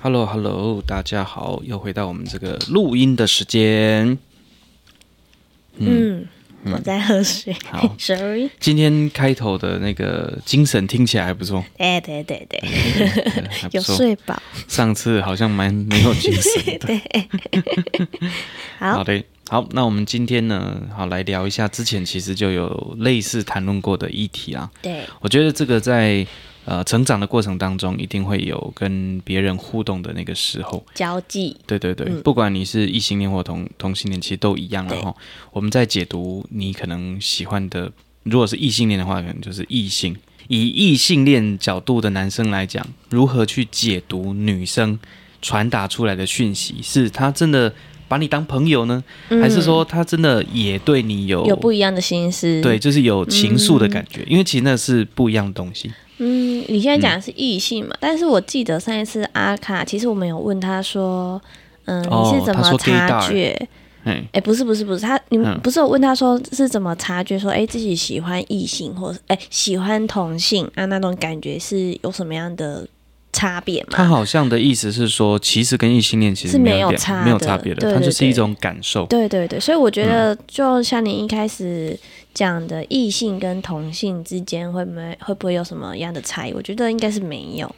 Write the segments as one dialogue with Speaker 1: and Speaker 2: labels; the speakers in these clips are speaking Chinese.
Speaker 1: Hello Hello，大家好，又回到我们这个录音的时间。
Speaker 2: 嗯，我在喝水
Speaker 1: 好
Speaker 2: ，sorry。
Speaker 1: 今天开头的那个精神听起来还 不错，嗯
Speaker 2: 对哎对对对，
Speaker 1: 对还不
Speaker 2: 有
Speaker 1: 错。
Speaker 2: 睡饱。
Speaker 1: 上次好像蛮没有精神的。
Speaker 2: 对，好
Speaker 1: 好的，好，那我们今天呢，好来聊一下之前其实就有类似谈论过的议题啊。
Speaker 2: 对，
Speaker 1: 我觉得这个在呃成长的过程当中，一定会有跟别人互动的那个时候。
Speaker 2: 交际，
Speaker 1: 对对对，不管你是异性恋或同同性恋，其实都一样了
Speaker 2: 嗯对
Speaker 1: 哈。我们在解读你可能喜欢的，如果是异性恋的话，可能就是异性。以异性恋角度的男生来讲，如何去解读女生传达出来的讯息，是他真的把你当朋友呢，还是说他真的也对你有
Speaker 2: 嗯有不一样的嗯心思。
Speaker 1: 对，，就是有情愫的感觉？因为其实那是不一样的东西。
Speaker 2: 嗯，你现在讲的是异性
Speaker 1: 嗯
Speaker 2: 嘛？但是我记得上一次阿卡，其实我们有问他说，嗯，
Speaker 1: 哦
Speaker 2: 你是怎
Speaker 1: 他
Speaker 2: 么
Speaker 1: 说 gay
Speaker 2: 察
Speaker 1: dar
Speaker 2: 觉？
Speaker 1: 哎，
Speaker 2: 哎、不是不是不是，他你
Speaker 1: 嗯
Speaker 2: 不是我问他说是怎么察觉说，哎、自己喜欢异性或是哎、喜欢同性啊那种感觉是有什么样的差别
Speaker 1: 他
Speaker 2: 吗？
Speaker 1: 好像的意思是说，其实跟异性恋其实
Speaker 2: 是没有
Speaker 1: 有两
Speaker 2: 差
Speaker 1: 没有
Speaker 2: 的
Speaker 1: 差别的，
Speaker 2: 对
Speaker 1: 它
Speaker 2: 对
Speaker 1: 就是一
Speaker 2: 对
Speaker 1: 种感受。
Speaker 2: 对对对，所以我觉得
Speaker 1: 嗯
Speaker 2: 就像你一开始讲的，异性跟同性之间会没会不会有什么样的差异？我觉得应该是没有，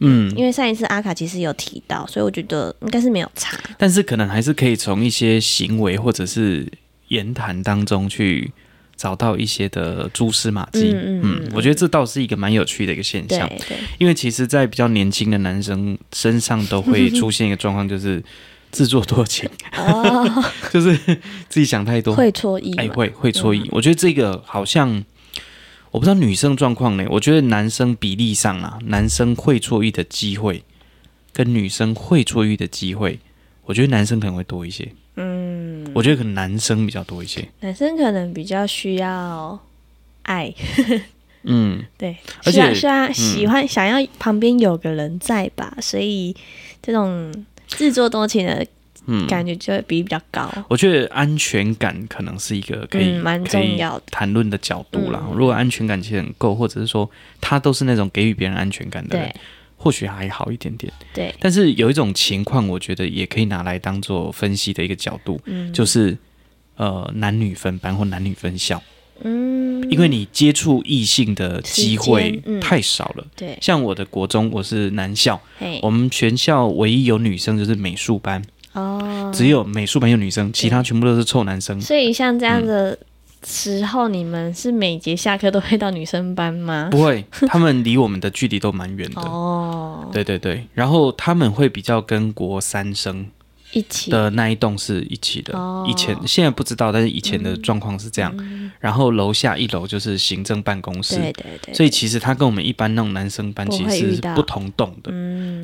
Speaker 1: 嗯，
Speaker 2: 因为上一次阿卡其实有提到，所以我觉得应该是没有差。
Speaker 1: 但是可能还是可以从一些行为或者是言谈当中去找到一些的蛛丝马迹。
Speaker 2: 嗯嗯嗯
Speaker 1: 我觉得这倒是一个蛮有趣的一个现
Speaker 2: 对
Speaker 1: 象，
Speaker 2: 对，
Speaker 1: 因为其实，在比较年轻的男生身上都会出现一个状况，就是自作多情，
Speaker 2: 哦，
Speaker 1: 就是自己想太多，
Speaker 2: 会错意啊
Speaker 1: 哎
Speaker 2: 嘛？
Speaker 1: 会会错意。我觉得这个好像。我不知道女生状况呢，我觉得男生比例上啊，男生会错意的机会跟女生会错意的机会，我觉得男生可能会多一些。
Speaker 2: 嗯，
Speaker 1: 我觉得可能男生比较多一些，
Speaker 2: 男生可能比较需要爱。
Speaker 1: 嗯，
Speaker 2: 对，
Speaker 1: 而
Speaker 2: 是啊
Speaker 1: 且嗯
Speaker 2: 是啊，喜欢想要旁边有个人在吧，所以这种自作多情的感觉就会比比较高，
Speaker 1: 我觉得安全感可能是一个可以、
Speaker 2: 嗯，蛮
Speaker 1: 可
Speaker 2: 重
Speaker 1: 以
Speaker 2: 要的。嗯
Speaker 1: 谈论的角度啦。如果安全感其实很够，或者是说他都是那种给予别人安全感的人
Speaker 2: 对，
Speaker 1: 或许还好一点点。
Speaker 2: 对，
Speaker 1: 但是有一种情况，我觉得也可以拿来当做分析的一个角度，
Speaker 2: 嗯
Speaker 1: 就是呃男女分班或男女分校，
Speaker 2: 嗯，
Speaker 1: 因为你接触异性的机
Speaker 2: 时
Speaker 1: 会
Speaker 2: 间嗯
Speaker 1: 太少了。
Speaker 2: 对，
Speaker 1: 像我的国中，我是男校，
Speaker 2: 嘿，
Speaker 1: 我们全校唯一有女生就是美术班。
Speaker 2: 哦，啊
Speaker 1: 只有美术班有女生，其他全部都是臭男生。
Speaker 2: 所以像这样的时候，你们是每节下课都会到女生班吗？
Speaker 1: 不会，他们离我们的距离都蛮远的。
Speaker 2: 哦，
Speaker 1: 对对对，然后他们会比较跟国三生
Speaker 2: 一起
Speaker 1: 的那一栋是一起的。
Speaker 2: 哦嗯
Speaker 1: 以前现在不知道，但是以前的状况是这样。然后楼下一楼就是行政办公室，
Speaker 2: 对对对，
Speaker 1: 所以其实他跟我们一般那种男生班
Speaker 2: 不
Speaker 1: 其
Speaker 2: 会
Speaker 1: 实
Speaker 2: 遇
Speaker 1: 是
Speaker 2: 到嗯
Speaker 1: 不同栋的。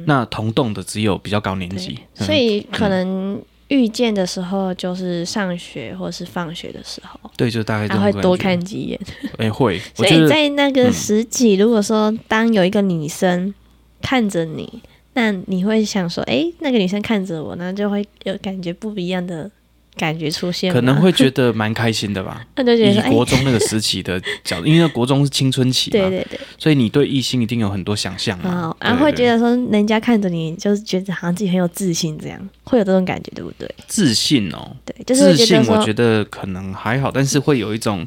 Speaker 1: 那同栋的只有比较高年级，嗯
Speaker 2: 所以可能遇见的时候就是上学或是放学的时候，
Speaker 1: 对，就大概这
Speaker 2: 他
Speaker 1: 种
Speaker 2: 会
Speaker 1: 感觉
Speaker 2: 多，看几眼。
Speaker 1: 哎，会，我
Speaker 2: 所
Speaker 1: 觉
Speaker 2: 以
Speaker 1: 得嗯
Speaker 2: 在那个时期，如果说当有一个女生看着你，那你会想说，诶，那个女生看着我，那就会有感觉不一样的感觉出现吗，
Speaker 1: 可能会觉得蛮开心的 吧。
Speaker 2: 那就觉得
Speaker 1: 以
Speaker 2: 说，哎、
Speaker 1: 国中那个时期的角 度，因为那国中是青春期嘛，
Speaker 2: 对对对，
Speaker 1: 所以你对异性一定有很多想象
Speaker 2: 然
Speaker 1: 嘛
Speaker 2: 后，然后
Speaker 1: 对
Speaker 2: 会
Speaker 1: 对
Speaker 2: 觉得说，人家看着你，就是觉得好像自己很有自信，这样会有这种感觉，对不对？
Speaker 1: 自信哦，
Speaker 2: 对，就是会
Speaker 1: 自
Speaker 2: 觉
Speaker 1: 信
Speaker 2: 得
Speaker 1: 我
Speaker 2: 说
Speaker 1: 觉，得可能还好，但是会有一种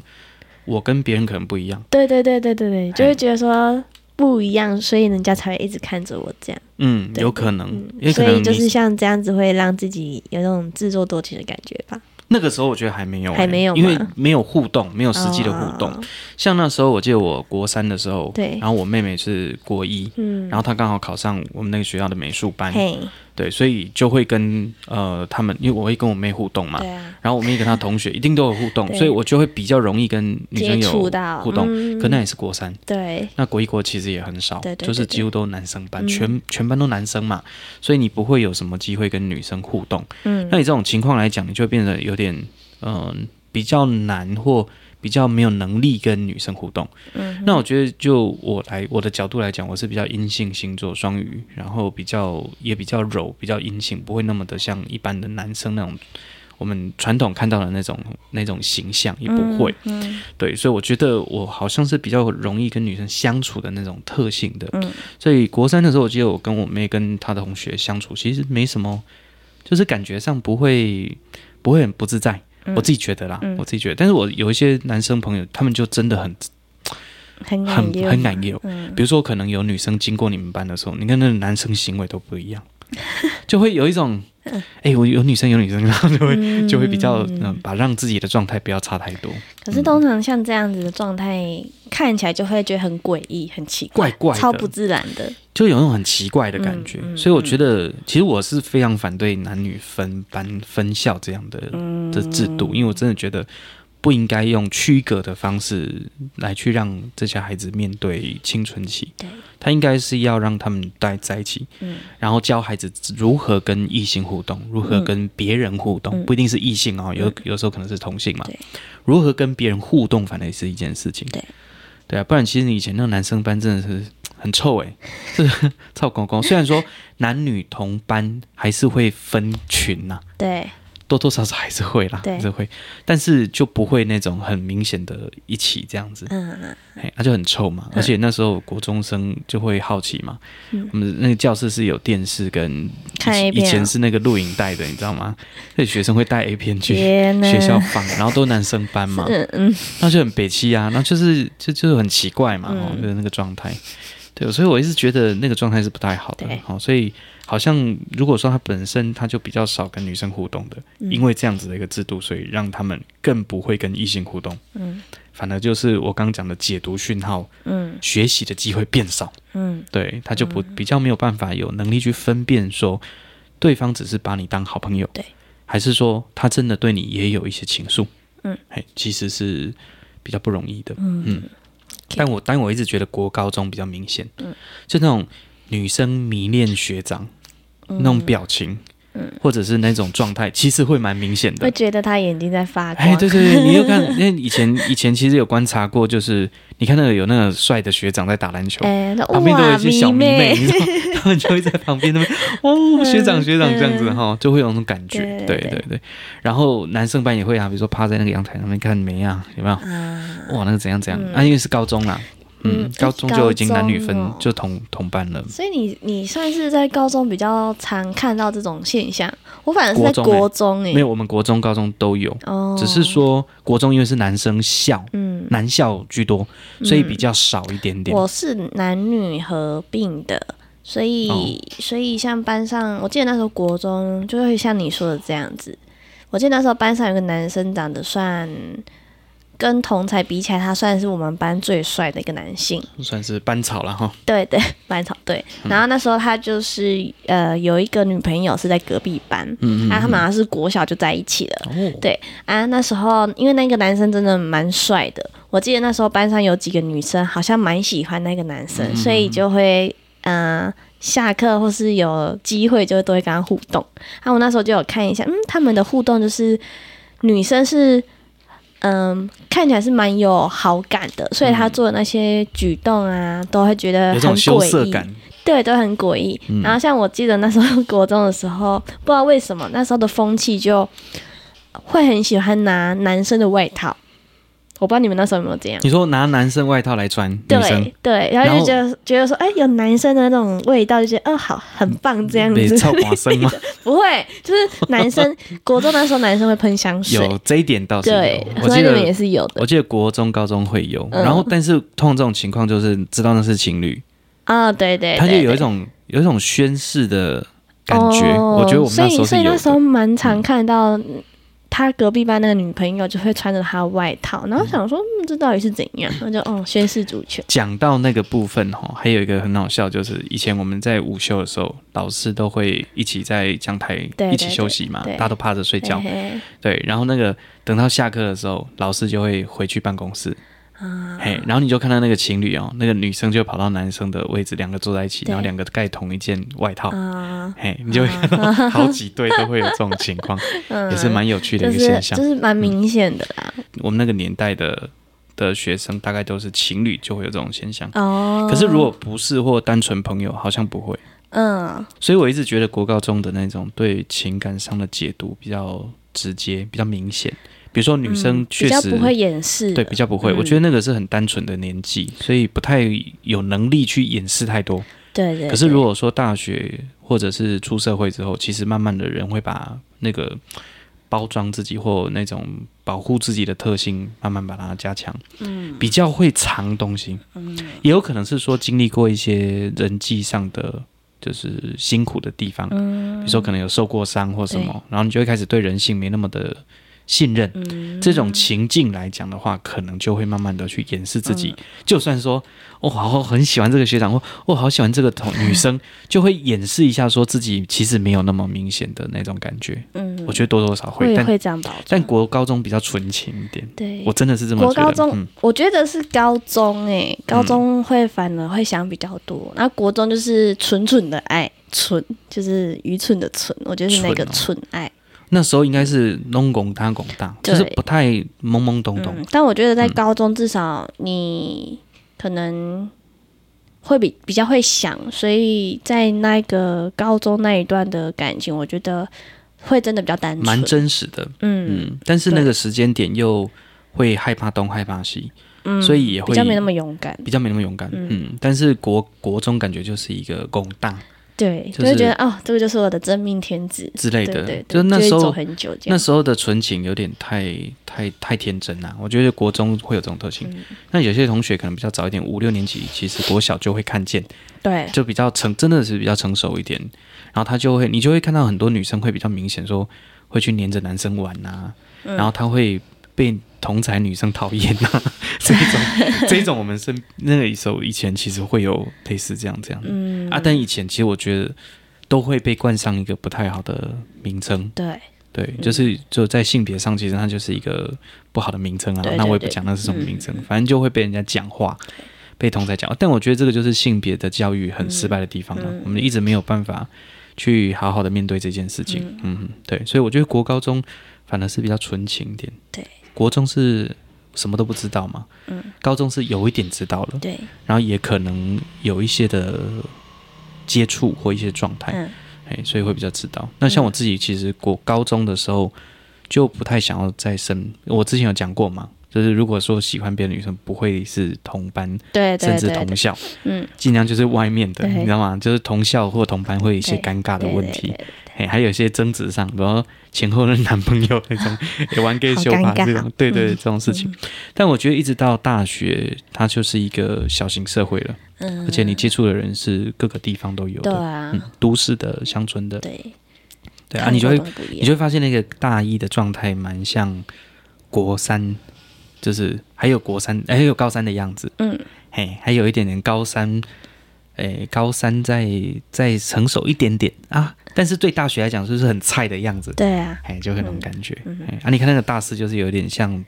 Speaker 1: 我跟别人可能不一样，
Speaker 2: 对对对对对对，就会觉得说不一样，所以人家才会一直看着我这样。
Speaker 1: 嗯，
Speaker 2: 对
Speaker 1: 有可能，因为可
Speaker 2: 所以
Speaker 1: 能
Speaker 2: 就
Speaker 1: 你
Speaker 2: 是像这样子，会让自己有那种自作多情的感觉吧。
Speaker 1: 那个时候我觉得还没有欸，
Speaker 2: 还没有吗
Speaker 1: 因为没有互动，没有实际的互动。
Speaker 2: 哦
Speaker 1: 像那时候我记得我国三的时候，
Speaker 2: 对
Speaker 1: 然后我妹妹是国一，
Speaker 2: 嗯，
Speaker 1: 然后她刚好考上我们那个学校的美术班，
Speaker 2: 嘿，
Speaker 1: 对，所以就会跟呃他们，因为我会跟我妹互动嘛，
Speaker 2: 对啊，
Speaker 1: 然后我妹跟她同学一定都有互动，
Speaker 2: 对
Speaker 1: 所以我就会比较容易跟女生
Speaker 2: 接
Speaker 1: 有
Speaker 2: 触到
Speaker 1: 互动。
Speaker 2: 嗯
Speaker 1: 可那也是国三，
Speaker 2: 对
Speaker 1: 那国一国其实也很少，
Speaker 2: 对对
Speaker 1: 就是
Speaker 2: 对对
Speaker 1: 几乎都男生班，
Speaker 2: 嗯
Speaker 1: 全全班都男生嘛，所以你不会有什么机会跟女生互动。
Speaker 2: 嗯
Speaker 1: 那你这种情况来讲，你就会变得有点嗯、呃比较难或比较没有能力跟女生互动。
Speaker 2: 嗯
Speaker 1: 那我觉得就我来我的角度来讲，我是比较阴性星座双鱼，然后比较也比较柔，比较阴性，不会那么的像一般的男生那种。我们传统看到的那种那种形象也不会，
Speaker 2: 嗯
Speaker 1: 对，所以我觉得我好像是比较容易跟女生相处的那种特性的，
Speaker 2: 嗯
Speaker 1: 所以国三的时候，我记得我跟我妹跟她的同学相处，其实没什么，就是感觉上不会不会很不自在，我自己觉得啦，
Speaker 2: 嗯
Speaker 1: 我自己觉得。但是我有一些男生朋友，他们就真的很
Speaker 2: 很
Speaker 1: 很
Speaker 2: 感
Speaker 1: 很难有，
Speaker 2: 嗯
Speaker 1: 比如说可能有女生经过你们班的时候，你看那个男生行为都 不一样，就会有一种，哎、我有女生有女生，然后就会、
Speaker 2: 嗯
Speaker 1: 就会比较嗯、把让自己的状态不要差太多，
Speaker 2: 可是通常像这样子的状态，看起来就会觉得很诡异、很奇怪、
Speaker 1: 怪怪的
Speaker 2: 超不自然的。
Speaker 1: 就有那种很奇怪的感觉。
Speaker 2: 嗯嗯
Speaker 1: 所以我觉得，其实我是非常反对男女分班分校这样的、的制
Speaker 2: 嗯
Speaker 1: 度，因为我真的觉得不应该用区隔的方式来去让这些孩子面对青春期
Speaker 2: 对。
Speaker 1: 他应该是要让他们待在一起，
Speaker 2: 嗯
Speaker 1: 然后教孩子如何跟异性互动，如何跟别人互动，
Speaker 2: 嗯
Speaker 1: 不一定是异性哦，有有时候可能是同性嘛
Speaker 2: 对。
Speaker 1: 如何跟别人互动，反正也是一件事情。
Speaker 2: 对，
Speaker 1: 对啊，不然其实你以前那个男生班真的是很臭哎、欸，是臭公公。虽 然说男女同班还是会分群呐、
Speaker 2: 对，
Speaker 1: 多多少少还是会啦，
Speaker 2: 对
Speaker 1: 还是会，但是就不会那种很明显的一起这样子。
Speaker 2: 嗯
Speaker 1: 哎，那、就很臭嘛。而且那时候国中生就会好奇嘛，
Speaker 2: 嗯
Speaker 1: 我们那个教室是有电视跟
Speaker 2: 看
Speaker 1: 以
Speaker 2: A
Speaker 1: 以
Speaker 2: 片啊
Speaker 1: 前是那个录影带的，你知道吗？所以学生会带 A 片去
Speaker 2: 天哪
Speaker 1: 学校放，然后都男生 班嘛，
Speaker 2: 嗯嗯，
Speaker 1: 那就很北气啊，那就是就就是很奇怪嘛，
Speaker 2: 嗯
Speaker 1: 哦，就是那个状态。对，所以我一直觉得那个状态是不太好的
Speaker 2: 对，
Speaker 1: 好、所以好像如果说他本身他就比较少跟女生互动的，
Speaker 2: 嗯
Speaker 1: 因为这样子的一个制度，所以让他们更不会跟异性互动，
Speaker 2: 嗯
Speaker 1: 反而就是我刚讲的解读讯号，
Speaker 2: 嗯
Speaker 1: 学习的机会变少，
Speaker 2: 嗯
Speaker 1: 对，他就不比较没有办法有能力去分辨说对方只是把你当好朋友，
Speaker 2: 对，
Speaker 1: 还是说他真的对你也有一些情愫，
Speaker 2: 嗯，
Speaker 1: 哎，其实是比较不容易的，
Speaker 2: 嗯
Speaker 1: 嗯，但我但我一直觉得国高中比较明显，嗯，就那种女生迷恋学长、那种表情，嗯，或者是那种状态，其实会蛮明显的
Speaker 2: 会，觉得他眼睛在发光。
Speaker 1: 哎，对对对，你又看， 因为以前以前其实有观察过，就是你看那个有那个帅的学长在打篮球，
Speaker 2: 哎，那
Speaker 1: 旁边都有一些小
Speaker 2: 哇
Speaker 1: 迷
Speaker 2: 迷
Speaker 1: 妹，
Speaker 2: 妹，嗯
Speaker 1: 你知道， 他们就会在旁边那边，哦，学长学长这样子哈，就会有那种感觉，
Speaker 2: 对
Speaker 1: 对
Speaker 2: 对
Speaker 1: 对对。然后男生班也会啊，比如说趴在那个阳台上面看梅啊，有没有？
Speaker 2: 啊，
Speaker 1: 哇，那个怎样怎样啊？因为是高中啦，嗯
Speaker 2: 嗯，
Speaker 1: 高中就已经男女分
Speaker 2: 高中哦
Speaker 1: 就同同班了。
Speaker 2: 所以你你算是在高中比较常看到这种现象，我反而是在
Speaker 1: 国中欸
Speaker 2: 国中诶、
Speaker 1: 没有，我们国中、高中都有，
Speaker 2: 哦，
Speaker 1: 只是说国中因为是男生校，
Speaker 2: 嗯，
Speaker 1: 男校居多，所以比较少一点点。
Speaker 2: 我是男女合并的，所以、
Speaker 1: 哦
Speaker 2: 所以像班上，我记得那时候国中就会像你说的这样子。我记得那时候班上有个男生长得算跟同才比起来，他算是我们班最帅的一个男性。
Speaker 1: 算是班草了哈。
Speaker 2: 对对，班草对。
Speaker 1: 嗯
Speaker 2: 然后那时候他就是呃有一个女朋友是在隔壁班，
Speaker 1: 嗯嗯
Speaker 2: 啊，他们好像是国小就在一起了。
Speaker 1: 哦，
Speaker 2: 对啊，那时候因为那个男生真的蛮帅的，我记得那时候班上有几个女生好像蛮喜欢那个男
Speaker 1: 嗯
Speaker 2: 生，所以就会嗯、呃下课或是有机会就都会跟他互动。啊，我那时候就有看一下，嗯，他们的互动就是女生是。嗯，看起来是蛮有好感的，所以
Speaker 1: 嗯
Speaker 2: 他做的那些举动啊，都会觉得
Speaker 1: 有
Speaker 2: 很
Speaker 1: 这种羞
Speaker 2: 诡
Speaker 1: 涩
Speaker 2: 异。
Speaker 1: 感。
Speaker 2: 对，都很诡异。
Speaker 1: 嗯
Speaker 2: 然后像我记得那时候 国中的时候，不知道为什么那时候的风气就会很喜欢拿男生的外套，我不知道你们那时候有没有这样。
Speaker 1: 你说拿男生外套来穿，女生
Speaker 2: 对对，然
Speaker 1: 然
Speaker 2: 后
Speaker 1: 后
Speaker 2: 就觉得觉得说，哎，有男生的那种味道，就觉得哦，好，很棒这样
Speaker 1: 被
Speaker 2: 子。
Speaker 1: 操寡生吗？
Speaker 2: 不会，就是男生国中那时候男生会喷香水，
Speaker 1: 有这一点倒是
Speaker 2: 对
Speaker 1: 有，，我
Speaker 2: 所以
Speaker 1: 记
Speaker 2: 你们也
Speaker 1: 得
Speaker 2: 是有的
Speaker 1: 我记得国中、高中会有，
Speaker 2: 嗯
Speaker 1: 然后但是通常这种情况就是知道那是情侣，
Speaker 2: 啊、对对对，
Speaker 1: 他就有
Speaker 2: 对
Speaker 1: 一种有一种宣誓的感觉。
Speaker 2: 哦
Speaker 1: 我觉得我们
Speaker 2: 所
Speaker 1: 那时
Speaker 2: 以
Speaker 1: 候
Speaker 2: 所以
Speaker 1: 是有嗯
Speaker 2: 那时候
Speaker 1: 的，
Speaker 2: 蛮常看到他隔壁班那个女朋友就会穿着他的外套，然后想说，嗯，这到底是怎 样？然后就哦，宣示主权。
Speaker 1: 讲到那个部分哈，还有一个很好笑，就是以前我们在午休的时候，老师都会一起在讲台
Speaker 2: 对
Speaker 1: 一起休息嘛，
Speaker 2: 对对
Speaker 1: 大家都趴着睡觉
Speaker 2: 嘿。嘿
Speaker 1: 对，然后那个等到下课的时候，老师就会回去办公室，
Speaker 2: 啊，
Speaker 1: 嘿，然后你就看到那个情侣哦，那个女生就跑到男生的位置，两个坐在一起，
Speaker 2: 对
Speaker 1: 然后两个盖同一件外套，
Speaker 2: 啊，
Speaker 1: 嘿，你就会看到好几对都会有这种情况，
Speaker 2: 嗯
Speaker 1: 也是蛮有趣的
Speaker 2: 就
Speaker 1: 一个
Speaker 2: 是
Speaker 1: 现象
Speaker 2: 就。是蛮明显的啦。
Speaker 1: 我们那个年代的的学生大概都是情侣就会有这种现象，
Speaker 2: 哦，
Speaker 1: 嗯可是如果不是或单纯朋友，好像不会。
Speaker 2: 嗯，
Speaker 1: 所以我一直觉得国高中的那种对情感上的解读比较直接，比较明显。比如说女生
Speaker 2: 嗯
Speaker 1: 确
Speaker 2: 比较
Speaker 1: 实、
Speaker 2: 不会掩饰的，
Speaker 1: 对比较不会，
Speaker 2: 嗯
Speaker 1: 我觉得那个是很单纯的年纪，所以不太有能力去掩饰太多。
Speaker 2: 对对。
Speaker 1: 可是
Speaker 2: 对
Speaker 1: 如果说大学或者是出社会之后，其实慢慢的人会把那个包装自己或那种保护自己的特性，慢慢把它加强，嗯，比较会藏东西，嗯，也有可能是说经历过一些人际上的就是辛苦的地方，嗯，比如说可能有受过伤或什么，然后你就会开始对人性没那么的信任，
Speaker 2: 嗯
Speaker 1: 这种情境来讲的话，可能就会慢慢的去掩饰自己。
Speaker 2: 嗯
Speaker 1: 就算说我、哦、好很喜欢这个学长，或我、哦、好喜欢这个同女
Speaker 2: 嗯
Speaker 1: 生，就会掩饰一下，说自己其实没有那么明显的那种感觉。
Speaker 2: 嗯，
Speaker 1: 我觉得多多少少会，
Speaker 2: 会
Speaker 1: 但
Speaker 2: 会这样保
Speaker 1: 但
Speaker 2: 证。
Speaker 1: 国高中比较纯情一点，
Speaker 2: 对
Speaker 1: 我，真的是这么
Speaker 2: 国
Speaker 1: 觉得。
Speaker 2: 高中
Speaker 1: 嗯、
Speaker 2: 我觉得是高中诶，高中会反而会想比较多，然后国中就是蠢蠢的爱，蠢就是愚蠢的蠢，我觉得是那个
Speaker 1: 蠢
Speaker 2: 蠢爱。
Speaker 1: 那时候应该是弄拱大拱大，就是
Speaker 2: 对
Speaker 1: 不太懵懵懂懂。
Speaker 2: 嗯，但我觉得在高中至少你可能会比比较会想，所以在那个高中那一段的感情，我觉得会真的比较单纯，
Speaker 1: 蛮真实的，
Speaker 2: 嗯
Speaker 1: 嗯，但是那
Speaker 2: 对
Speaker 1: 个时间点又会害怕东害怕西，
Speaker 2: 嗯，
Speaker 1: 所以也会
Speaker 2: 比较没那么勇敢，
Speaker 1: 比较没那么勇敢，嗯但是国国中感觉就是一个拱大
Speaker 2: 对，
Speaker 1: 就
Speaker 2: 就会
Speaker 1: 是
Speaker 2: 觉得哦，这个就是我的真命天子
Speaker 1: 之类的，
Speaker 2: 对对对，
Speaker 1: 就是那
Speaker 2: 会
Speaker 1: 时
Speaker 2: 走
Speaker 1: 候
Speaker 2: 很久这
Speaker 1: 那
Speaker 2: 样，
Speaker 1: 时候的纯情有点太太太天真啦、我觉得国中会有这种特性。
Speaker 2: 嗯
Speaker 1: 那有些同学可能比较早一点，五六年级其实国小就会看见，
Speaker 2: 对，
Speaker 1: 就比较成真的是比较成熟一点，然后他就会你就会看到很多女生会比较明显说会去黏着男生玩啊，
Speaker 2: 嗯
Speaker 1: 然后他会被同才女生讨厌啊， 这一种这一种我们身那个时候以前其实会有类似这样这样的、
Speaker 2: 嗯
Speaker 1: 啊，但以前其实我觉得都会被冠上一个不太好的名称，
Speaker 2: 对
Speaker 1: 对，
Speaker 2: 嗯
Speaker 1: 就是就在性别上，其实它就是一个不好的名称啊。
Speaker 2: 对对
Speaker 1: 那我也不
Speaker 2: 对嗯
Speaker 1: 讲那是什么名称，反正就会被人家讲话，被同才讲话。但我觉得这个就是性别的教育很失败的地方
Speaker 2: 嗯
Speaker 1: 了、我们一直没有办法去好好的面对这件事情。嗯嗯，对，所以我觉得国高中反而是比较纯情一点。
Speaker 2: 对，
Speaker 1: 国中是什么都不知道嘛，
Speaker 2: 嗯，
Speaker 1: 高中是有一点知道了，
Speaker 2: 对，
Speaker 1: 然后也可能有一些的接触或一些状态。
Speaker 2: 嗯
Speaker 1: 哎，所以会比较知道。那像我自己，其实我高中的时候就不太想要再升。我之前有讲过嘛，就是如果说喜欢别的女生，不会是同班，
Speaker 2: 对对
Speaker 1: 甚至
Speaker 2: 对
Speaker 1: 同
Speaker 2: 对，
Speaker 1: 校，
Speaker 2: 嗯，
Speaker 1: 尽量就是外面的，
Speaker 2: 对
Speaker 1: 你知道吗？就是同校或同班会有一些
Speaker 2: 对
Speaker 1: 尴尬的
Speaker 2: 对
Speaker 1: 问
Speaker 2: 对
Speaker 1: 题
Speaker 2: 对，
Speaker 1: 哎，还有一些争执上，然后前后任男朋友那 种也玩 gay
Speaker 2: 好
Speaker 1: 秀吧
Speaker 2: 尴尬嗯
Speaker 1: 这种，对对，这种事情。但我觉得一直到大学，它就是一个小型社会了，
Speaker 2: 嗯
Speaker 1: 而且你接触的人是各个地方都有
Speaker 2: 对
Speaker 1: 的，嗯
Speaker 2: 啊，，
Speaker 1: 都市的、乡村的，
Speaker 2: 对
Speaker 1: 对啊，你就会
Speaker 2: 看法都不一
Speaker 1: 你
Speaker 2: 样
Speaker 1: 就会发现那个大一的状态蛮像国三，就是还有国三，哎还有高三的样子，
Speaker 2: 嗯
Speaker 1: 嘿，还有一点点高三，哎，高三再再成熟一点点啊，但是对大学来讲就是很菜的样子，
Speaker 2: 对啊
Speaker 1: 哎，就会那种感觉，
Speaker 2: 嗯
Speaker 1: 哎，啊，你看那个大四就是有点像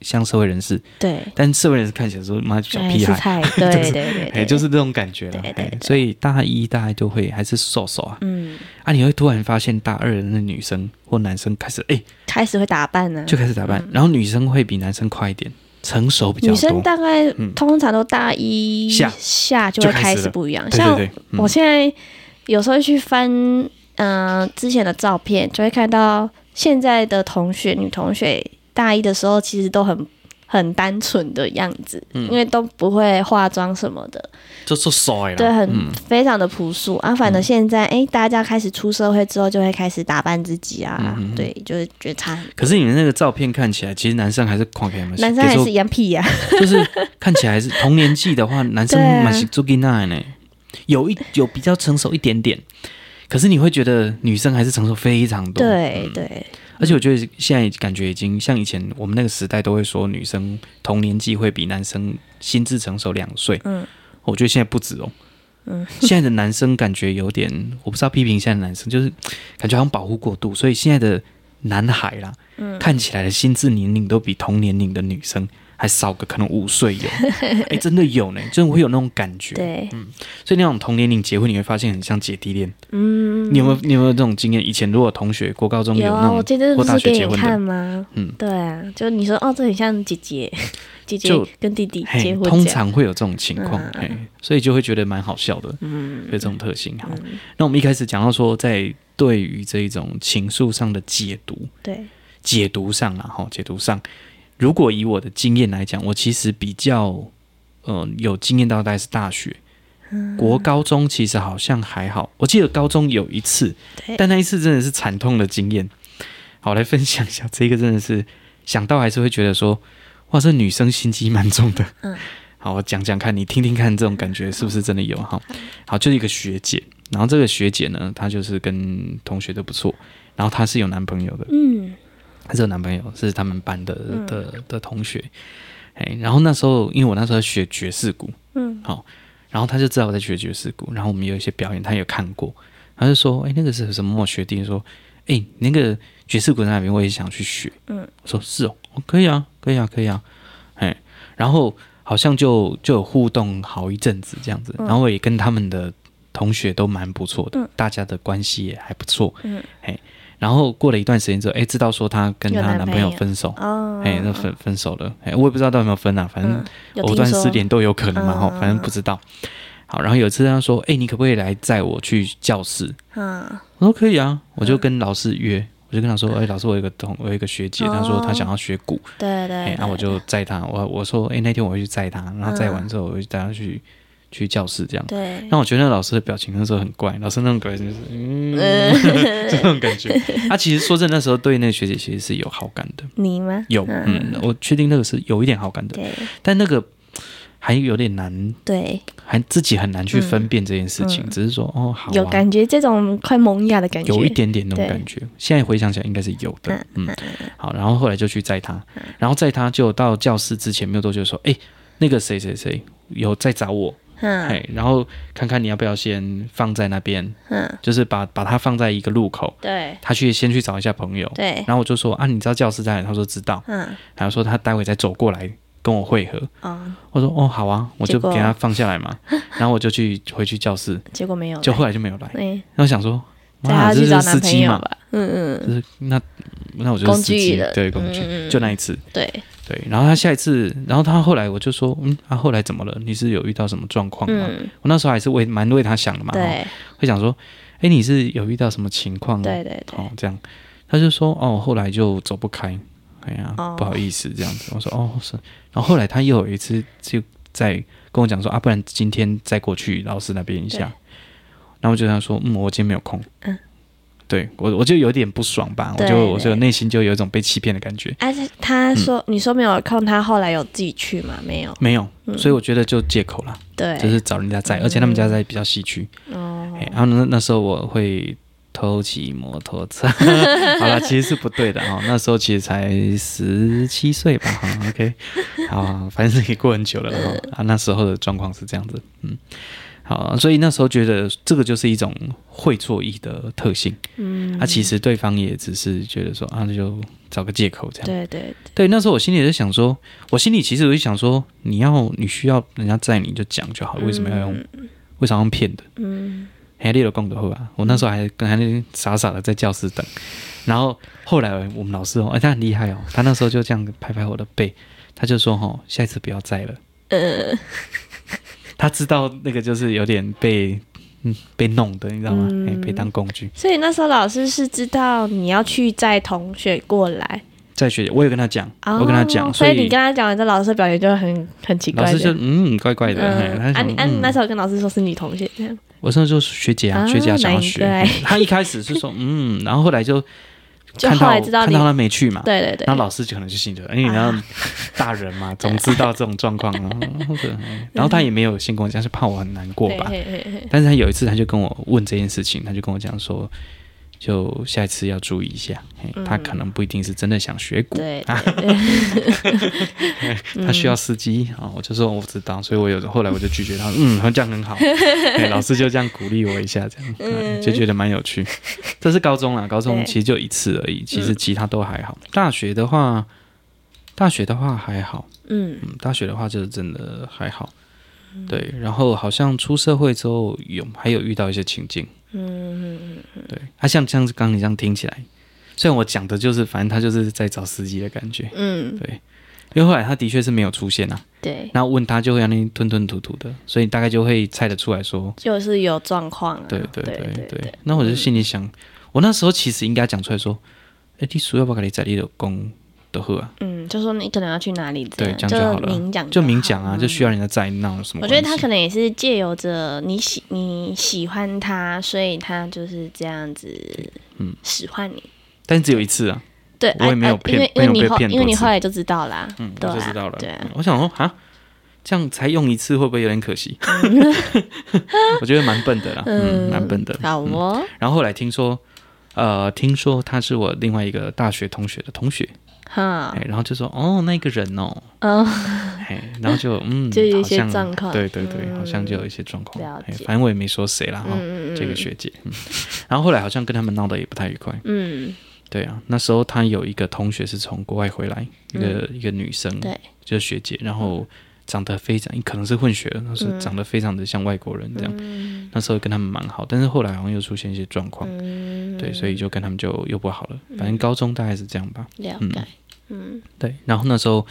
Speaker 1: 像社会人士，
Speaker 2: 对，
Speaker 1: 但社会人士看起来说妈小
Speaker 2: 哎
Speaker 1: 屁
Speaker 2: 是
Speaker 1: 孩，
Speaker 2: 菜，对对对
Speaker 1: 哎，
Speaker 2: 对，
Speaker 1: 就是这种感觉了，
Speaker 2: 对对
Speaker 1: 哎
Speaker 2: 对
Speaker 1: 所以大一大家就会还是瘦瘦啊，
Speaker 2: 嗯，
Speaker 1: 啊，你会突然发现大二的那女生或男生开始哎、
Speaker 2: 开始会打扮呢，
Speaker 1: 就开始打扮，然后女生会比男生快一点，成熟比
Speaker 2: 嗯
Speaker 1: 较
Speaker 2: 女生
Speaker 1: 多。
Speaker 2: 大概
Speaker 1: 嗯
Speaker 2: 通常都大一
Speaker 1: 下
Speaker 2: 下就
Speaker 1: 就
Speaker 2: 会
Speaker 1: 开
Speaker 2: 开
Speaker 1: 始
Speaker 2: 始
Speaker 1: 了
Speaker 2: 不一样，
Speaker 1: 对
Speaker 2: 像
Speaker 1: 对对，嗯
Speaker 2: 我现在有时候去翻，嗯、之前的照片，就会看到现在的同学，女同学大一的时候其实都很很单纯的样子，
Speaker 1: 嗯
Speaker 2: 因为都不会化妆什么的，
Speaker 1: 就就帅了。
Speaker 2: 对，很、
Speaker 1: 嗯
Speaker 2: 非常的朴素啊。反正现在，哎、大家开始出社会之后，就会开始打扮自己啊，
Speaker 1: 嗯哼
Speaker 2: 对，就是觉得差很。
Speaker 1: 可是你们那个照片看起来，其实男生还是看起来蛮，
Speaker 2: 男生还是一样屁啊呀、
Speaker 1: 就是就是看起来还是同年纪的话，男生
Speaker 2: 对啊
Speaker 1: 蛮是做给那呢，有一有比较成熟一点点。可是你会觉得女生还是成熟非常多，
Speaker 2: 对对，
Speaker 1: 而且我觉得现在感觉已经像以前我们那个时代都会说女生同年纪会比男生心智成熟两岁，
Speaker 2: 嗯，
Speaker 1: 我觉得现在不止哦。
Speaker 2: 嗯，
Speaker 1: 现在的男生感觉有点，我不知道批评现在的男生，就是感觉好像保护过度，所以现在的男孩啦，
Speaker 2: 嗯
Speaker 1: 看起来的心智年龄都比同年龄的女生还少个可能五岁 有，哎、真的有呢，真的会有那种感觉。
Speaker 2: 对，
Speaker 1: 所以那种同年龄结婚，你会发现很像姐弟恋。
Speaker 2: 嗯，
Speaker 1: 你有没有你有没有这种经验？以前如果同学国高中
Speaker 2: 有
Speaker 1: 那
Speaker 2: 啊？
Speaker 1: 种，
Speaker 2: 我这次不
Speaker 1: 或大
Speaker 2: 是
Speaker 1: 学
Speaker 2: 给
Speaker 1: 结
Speaker 2: 你
Speaker 1: 婚的
Speaker 2: 看吗？
Speaker 1: 嗯，
Speaker 2: 对啊，就你说哦，这很像姐姐，姐姐
Speaker 1: 就
Speaker 2: 跟弟弟
Speaker 1: 嘿
Speaker 2: 结，婚
Speaker 1: 通
Speaker 2: 这样，
Speaker 1: 常会有这种情况，
Speaker 2: 嗯
Speaker 1: 嘿，所以就会觉得蛮好笑的，
Speaker 2: 嗯
Speaker 1: 有这种特性。好，
Speaker 2: 嗯，
Speaker 1: 那我们一开始讲到说，在对于这一种情愫上的解读，
Speaker 2: 对，
Speaker 1: 解读上啊，哈，解读上，如果以我的经验来讲，我其实比较，呃，有经验到大概是大学，
Speaker 2: 嗯
Speaker 1: 国高中其实好像还好。我记得高中有一次
Speaker 2: 对，
Speaker 1: 但那一次真的是惨痛的经验。好，来分享一下，这个真的是想到还是会觉得说，哇，这女生心机蛮重的。
Speaker 2: 嗯，
Speaker 1: 好，我讲讲看，你听听看，这种感觉是不是真的有哈？好，就是一个学姐，然后这个学姐呢，她就是跟同学都不错，然后她是有男朋友的。
Speaker 2: 嗯
Speaker 1: 她是有男朋友，是他们班的的的同学。哎，然后那时候因为我那时候在学爵士鼓，
Speaker 2: 嗯
Speaker 1: 然后他就知道我在学爵士鼓，然后我们有一些表演，他有看过，他就说：“哎，那个是什么？”我学弟说：“哎，那个爵士鼓在那边，我也想去学。”
Speaker 2: 嗯，
Speaker 1: 我说：“是哦，哦可以啊，可以啊，可以啊。”哎，然后好像就就有互动好一阵子这样子，
Speaker 2: 嗯
Speaker 1: 然后我也跟他们的同学都蛮不错的，
Speaker 2: 嗯
Speaker 1: 大家的关系也还不错。
Speaker 2: 嗯，
Speaker 1: 哎，然后过了一段时间之后，哎，知道说她跟
Speaker 2: 有
Speaker 1: 她
Speaker 2: 男
Speaker 1: 男
Speaker 2: 朋
Speaker 1: 朋友
Speaker 2: 友
Speaker 1: 分手，
Speaker 2: 哦，
Speaker 1: 哎、那分分手了，哎、我也不知道到底有没有分啊，反正
Speaker 2: 嗯有
Speaker 1: 藕
Speaker 2: 听
Speaker 1: 断
Speaker 2: 说嗯
Speaker 1: 丝连都有可能嘛，哈、反正不知道。好，然后有一次他说，哎、你可不可以来载我去教室？
Speaker 2: 嗯，
Speaker 1: 我说可以啊，我就跟老师约，我就跟他说，哎、老师，我有一个同，我有一个学姐，她说她想要学鼓，
Speaker 2: 哦对
Speaker 1: 哎、
Speaker 2: 对，
Speaker 1: 然后我
Speaker 2: 对嗯
Speaker 1: 就载她，我我说，哎、那天我会去载她，然后载完之后，我就带她去、去教室这样。
Speaker 2: 对，
Speaker 1: 那我觉得那老师的表情那时候很怪，老师那种表情就是 嗯， 就那种感觉。他、其实说真的，那时候对那个学姐其实是有好感的。
Speaker 2: 你吗？
Speaker 1: 有，
Speaker 2: 嗯
Speaker 1: 嗯，我确定那个是有一点好感的，
Speaker 2: 对
Speaker 1: 但那个还有点难，
Speaker 2: 对，
Speaker 1: 还自己很难去分辨这件事情，只是说哦，好、啊，
Speaker 2: 嗯有感觉这种快萌芽的感觉，
Speaker 1: 有一点点那种
Speaker 2: 对
Speaker 1: 感觉。现在回想起来应该是有的，嗯，好，然后后来就去载他，
Speaker 2: 嗯
Speaker 1: 然后载他就到教室之前没有多久说，哎、那个谁谁谁有在找我，
Speaker 2: 嗯
Speaker 1: 哎、然后看看你要不要先放在那边，
Speaker 2: 嗯，
Speaker 1: 就是把把他放在一个路口，
Speaker 2: 对
Speaker 1: 他去先去找一下朋友，
Speaker 2: 对，
Speaker 1: 然后我就说啊，你知道教室在哪里？他说知道。
Speaker 2: 嗯
Speaker 1: 然后说他待会再走过来跟我会合。
Speaker 2: 哦，
Speaker 1: 我说哦，好啊，我就
Speaker 2: 结果
Speaker 1: 给他放下来 嘛。然后我就去回去教室，
Speaker 2: 结果没有，
Speaker 1: 就后来就没有来。
Speaker 2: 哎，
Speaker 1: 然后想说，
Speaker 2: 带
Speaker 1: 妈，
Speaker 2: 他
Speaker 1: 这
Speaker 2: 去
Speaker 1: 是
Speaker 2: 找
Speaker 1: 司
Speaker 2: 男朋
Speaker 1: 机
Speaker 2: 友
Speaker 1: 嘛？
Speaker 2: 吧，嗯嗯，
Speaker 1: 就是那那我就是司
Speaker 2: 工具
Speaker 1: 机
Speaker 2: 人，
Speaker 1: 对工具，
Speaker 2: 嗯嗯嗯
Speaker 1: 就那一次。
Speaker 2: 对，
Speaker 1: 对，然后他下一次，然后他后来我就说，嗯，他、后来怎么了？你是有遇到什么状况吗？
Speaker 2: 嗯，
Speaker 1: 我那时候还是为哦蛮为他想的嘛，哦
Speaker 2: 对
Speaker 1: 会想说，哎，你是有遇到什么情况吗？
Speaker 2: 对对对，
Speaker 1: 哦，这样，他就说哦，后来就走不开，哎呀，
Speaker 2: 哦
Speaker 1: 不好意思这样子。我说哦是，然后后来他又有一次就在跟我讲说啊，不然今天再过去老师那边一下。然后我就跟他说，嗯，我今天没有空。
Speaker 2: 嗯，
Speaker 1: 对我我就有点不爽吧，我就
Speaker 2: 对
Speaker 1: 我就
Speaker 2: 对
Speaker 1: 内心就有一种被欺骗的感觉。
Speaker 2: 而且啊
Speaker 1: 嗯
Speaker 2: 他说你说没有空，他后来有自己去吗？没有，
Speaker 1: 没有，所以我觉得就借口啦，
Speaker 2: 嗯对，嗯
Speaker 1: 就是找人家在，而且他们家在比较西区，
Speaker 2: 哦
Speaker 1: 哎，然后那那时候我会偷骑摩托车， 好了，其实是不对的 哈、那时候其实才十七岁吧，哈、o k 好，反正也过很久了哈、啊，那时候的状况是这样子，嗯，好，所以那时候觉得这个就是一种会错意的特性，
Speaker 2: 嗯
Speaker 1: 啊，其实对方也只是觉得说啊，那就找个借口这样，
Speaker 2: 对对
Speaker 1: 对，那时候我心里也在想说，我心里其实我就想说，你要你需要人家在你就讲就好，
Speaker 2: 对，
Speaker 1: 啊为什么要用、
Speaker 2: 嗯
Speaker 1: 为什么要用骗的？
Speaker 2: 嗯
Speaker 1: 黑你的讲就好啊！我那时候还跟他那边傻傻的在教室等，然后后来我们老师哦，哎、他很厉害哦，他那时候就这样拍拍我的背，他就说哦，下一次不要再了。
Speaker 2: 呃
Speaker 1: 他知道那个就是有点被嗯被弄的，你知道吗？
Speaker 2: 嗯
Speaker 1: 哎、被当工具。
Speaker 2: 所以那时候老师是知道你要去载同学过来，
Speaker 1: 在学姐，我有跟他讲，
Speaker 2: 哦
Speaker 1: 我跟他讲，
Speaker 2: 所
Speaker 1: 所
Speaker 2: 以你跟他讲完，这老师表情就很很奇
Speaker 1: 老
Speaker 2: 怪
Speaker 1: 师就
Speaker 2: 的。
Speaker 1: 嗯怪怪的，哎、
Speaker 2: 嗯，
Speaker 1: 他
Speaker 2: 啊
Speaker 1: 想、
Speaker 2: 你啊你
Speaker 1: 嗯
Speaker 2: 那时候跟老师说是女同学这样，
Speaker 1: 我那时候是学姐啊，
Speaker 2: 啊
Speaker 1: 学姐啊想要
Speaker 2: 难
Speaker 1: 学，
Speaker 2: 怪
Speaker 1: 嗯 他一开始是说嗯，然后后来就
Speaker 2: 就
Speaker 1: 看
Speaker 2: 后
Speaker 1: 到
Speaker 2: 来知道
Speaker 1: 看
Speaker 2: 你
Speaker 1: 到，他没去嘛，
Speaker 2: 对对对，啊
Speaker 1: 然后老师就可能就心疼，因为你知道大人 嘛，总知道这种状况啊。或者然后他也没有先跟我讲，是怕我很难过吧
Speaker 2: 对。嘿嘿嘿
Speaker 1: 但是他有一次他就跟我问这件事情，他就跟我讲说，就下一次要注意一下，嘿
Speaker 2: 嗯
Speaker 1: 他可能不一定是真的想学鼓，
Speaker 2: 对，嗯
Speaker 1: 他需要司机啊、我就说我知道，所以我有后来我就拒绝他，嗯，这 样很好，嘿老师就这样鼓励我一下，这样、嗯就觉得蛮有趣。这是高中啦，高中
Speaker 2: 对嗯
Speaker 1: 其实就一次而已，其实其他都还好。大学的话，大学的话还好，
Speaker 2: 嗯，
Speaker 1: 嗯，大学的话就是真的还好。对，然后好像出社会之后有还有遇到一些情境，嗯，对，他像像是刚刚你这样听起来，虽然我讲的就是，反正他就是在找司机的感觉，
Speaker 2: 嗯，
Speaker 1: 对，因为后来他的确是没有出现啊，
Speaker 2: 对，
Speaker 1: 然后问他就会让你吞吞吐吐的，所以大概就会猜得出来说，
Speaker 2: 就是有状况啊，
Speaker 1: 对
Speaker 2: 对
Speaker 1: 对
Speaker 2: 对
Speaker 1: 对，那我就心里想，我那时候其实应该讲出来说，哎，你叔要不要给你在你的工的喝啊？
Speaker 2: 嗯，就说你可能要去哪里，
Speaker 1: 对，
Speaker 2: 样
Speaker 1: 这样就好了，
Speaker 2: 明讲，嗯
Speaker 1: 就明讲啊，就需要人家在那有什
Speaker 2: 我
Speaker 1: 么关
Speaker 2: 觉
Speaker 1: 系？
Speaker 2: 得他可能也是借由着你喜你喜欢他，所以他就是这样子，
Speaker 1: 嗯，
Speaker 2: 使唤你。
Speaker 1: 但是只有一次啊，
Speaker 2: 对，
Speaker 1: 我
Speaker 2: 啊
Speaker 1: 也没有
Speaker 2: 啊
Speaker 1: 骗
Speaker 2: 因为因为
Speaker 1: 没有
Speaker 2: 你
Speaker 1: 被
Speaker 2: 后
Speaker 1: 骗
Speaker 2: 因为你
Speaker 1: 多次
Speaker 2: 后来就知道啦，
Speaker 1: 嗯，
Speaker 2: 对
Speaker 1: 我
Speaker 2: 啊
Speaker 1: 就知道了。
Speaker 2: 对啊
Speaker 1: 嗯，我想说啊，这样才用一次会不会有点 可惜？我觉得蛮笨的啦，嗯，蛮笨的。
Speaker 2: 好哦，
Speaker 1: 然后后来听说，呃，听说他是我另外一个大学同学的同学，
Speaker 2: 哈啊
Speaker 1: 哎，，然后就说哦，那个人哦，
Speaker 2: 嗯，
Speaker 1: 哎，然后 就嗯，
Speaker 2: 就有一些
Speaker 1: 好像
Speaker 2: 状况
Speaker 1: 对对对，
Speaker 2: 嗯
Speaker 1: 好像就有一些状况，
Speaker 2: 了
Speaker 1: 哎
Speaker 2: 解
Speaker 1: 反正我也没说谁啦
Speaker 2: 嗯
Speaker 1: 哈，这个学姐，嗯，然后后来好像跟他们闹得也不太愉快，
Speaker 2: 嗯，
Speaker 1: 对啊，那时候她有一个同学是从国外回来，一个、一个女生，
Speaker 2: 嗯对，嗯
Speaker 1: 就是学姐，然后长得非常可能是混血儿，那时候长得非常的像外国人这样，那时候跟他们蛮好，但是后来好像又出现一些状况，
Speaker 2: 嗯，
Speaker 1: 对，所以就跟他们就又不好了。反正高中大概是这样吧，
Speaker 2: 了
Speaker 1: 嗯
Speaker 2: 解，嗯
Speaker 1: 对，然后那时候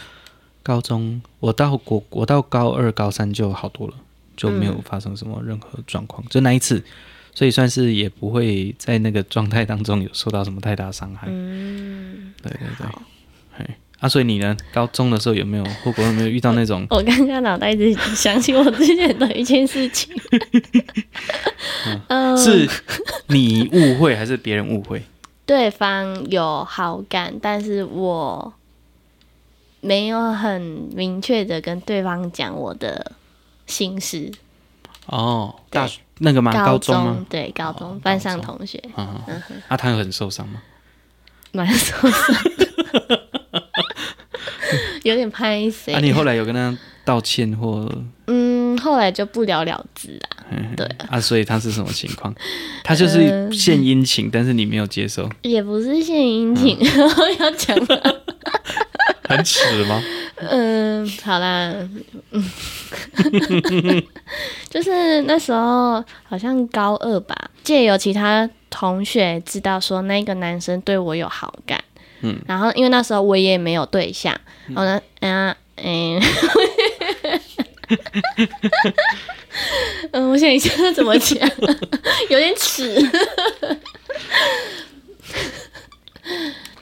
Speaker 1: 高中我到国我到高二高三就好多了，就没有发生什么任何状况，就那一次。所以算是也不会在那个状态当中有受到什么太大伤害，
Speaker 2: 嗯，
Speaker 1: 对对对，
Speaker 2: 好。？
Speaker 1: 嘿，啊，所以你呢？高中的时候有没有，或国中有没有遇到那种
Speaker 2: 我刚刚脑袋一直想起我之前的一件事情， 嗯，
Speaker 1: 是你误会还是别人误会？
Speaker 2: 对方有好感，但是我没有很明确的跟对方讲我的心事。
Speaker 1: 哦，
Speaker 2: 对
Speaker 1: 大学那个吗？高中吗？
Speaker 2: 对高中、
Speaker 1: 哦
Speaker 2: 班上同学，
Speaker 1: 啊、啊，他有很受伤吗？
Speaker 2: 蛮受伤的 有点拍谁、
Speaker 1: 啊，你后来有跟他道歉或
Speaker 2: 嗯，后来就不了了之啦。对
Speaker 1: 啊？所以他是什么情况？ 他就是
Speaker 2: 呃
Speaker 1: 献殷勤，但是你没有 接受，
Speaker 2: 也不是献殷勤，
Speaker 1: 嗯
Speaker 2: 要讲吗，
Speaker 1: 很耻吗？
Speaker 2: 嗯，好啦，嗯， 就是那时候好像高二吧，借由其他同学知道说那个男生对我有好感，嗯，然后因为那时候我也没有对象，然后呢，啊，嗯。 嗯，我想一下怎么讲，有点 耻。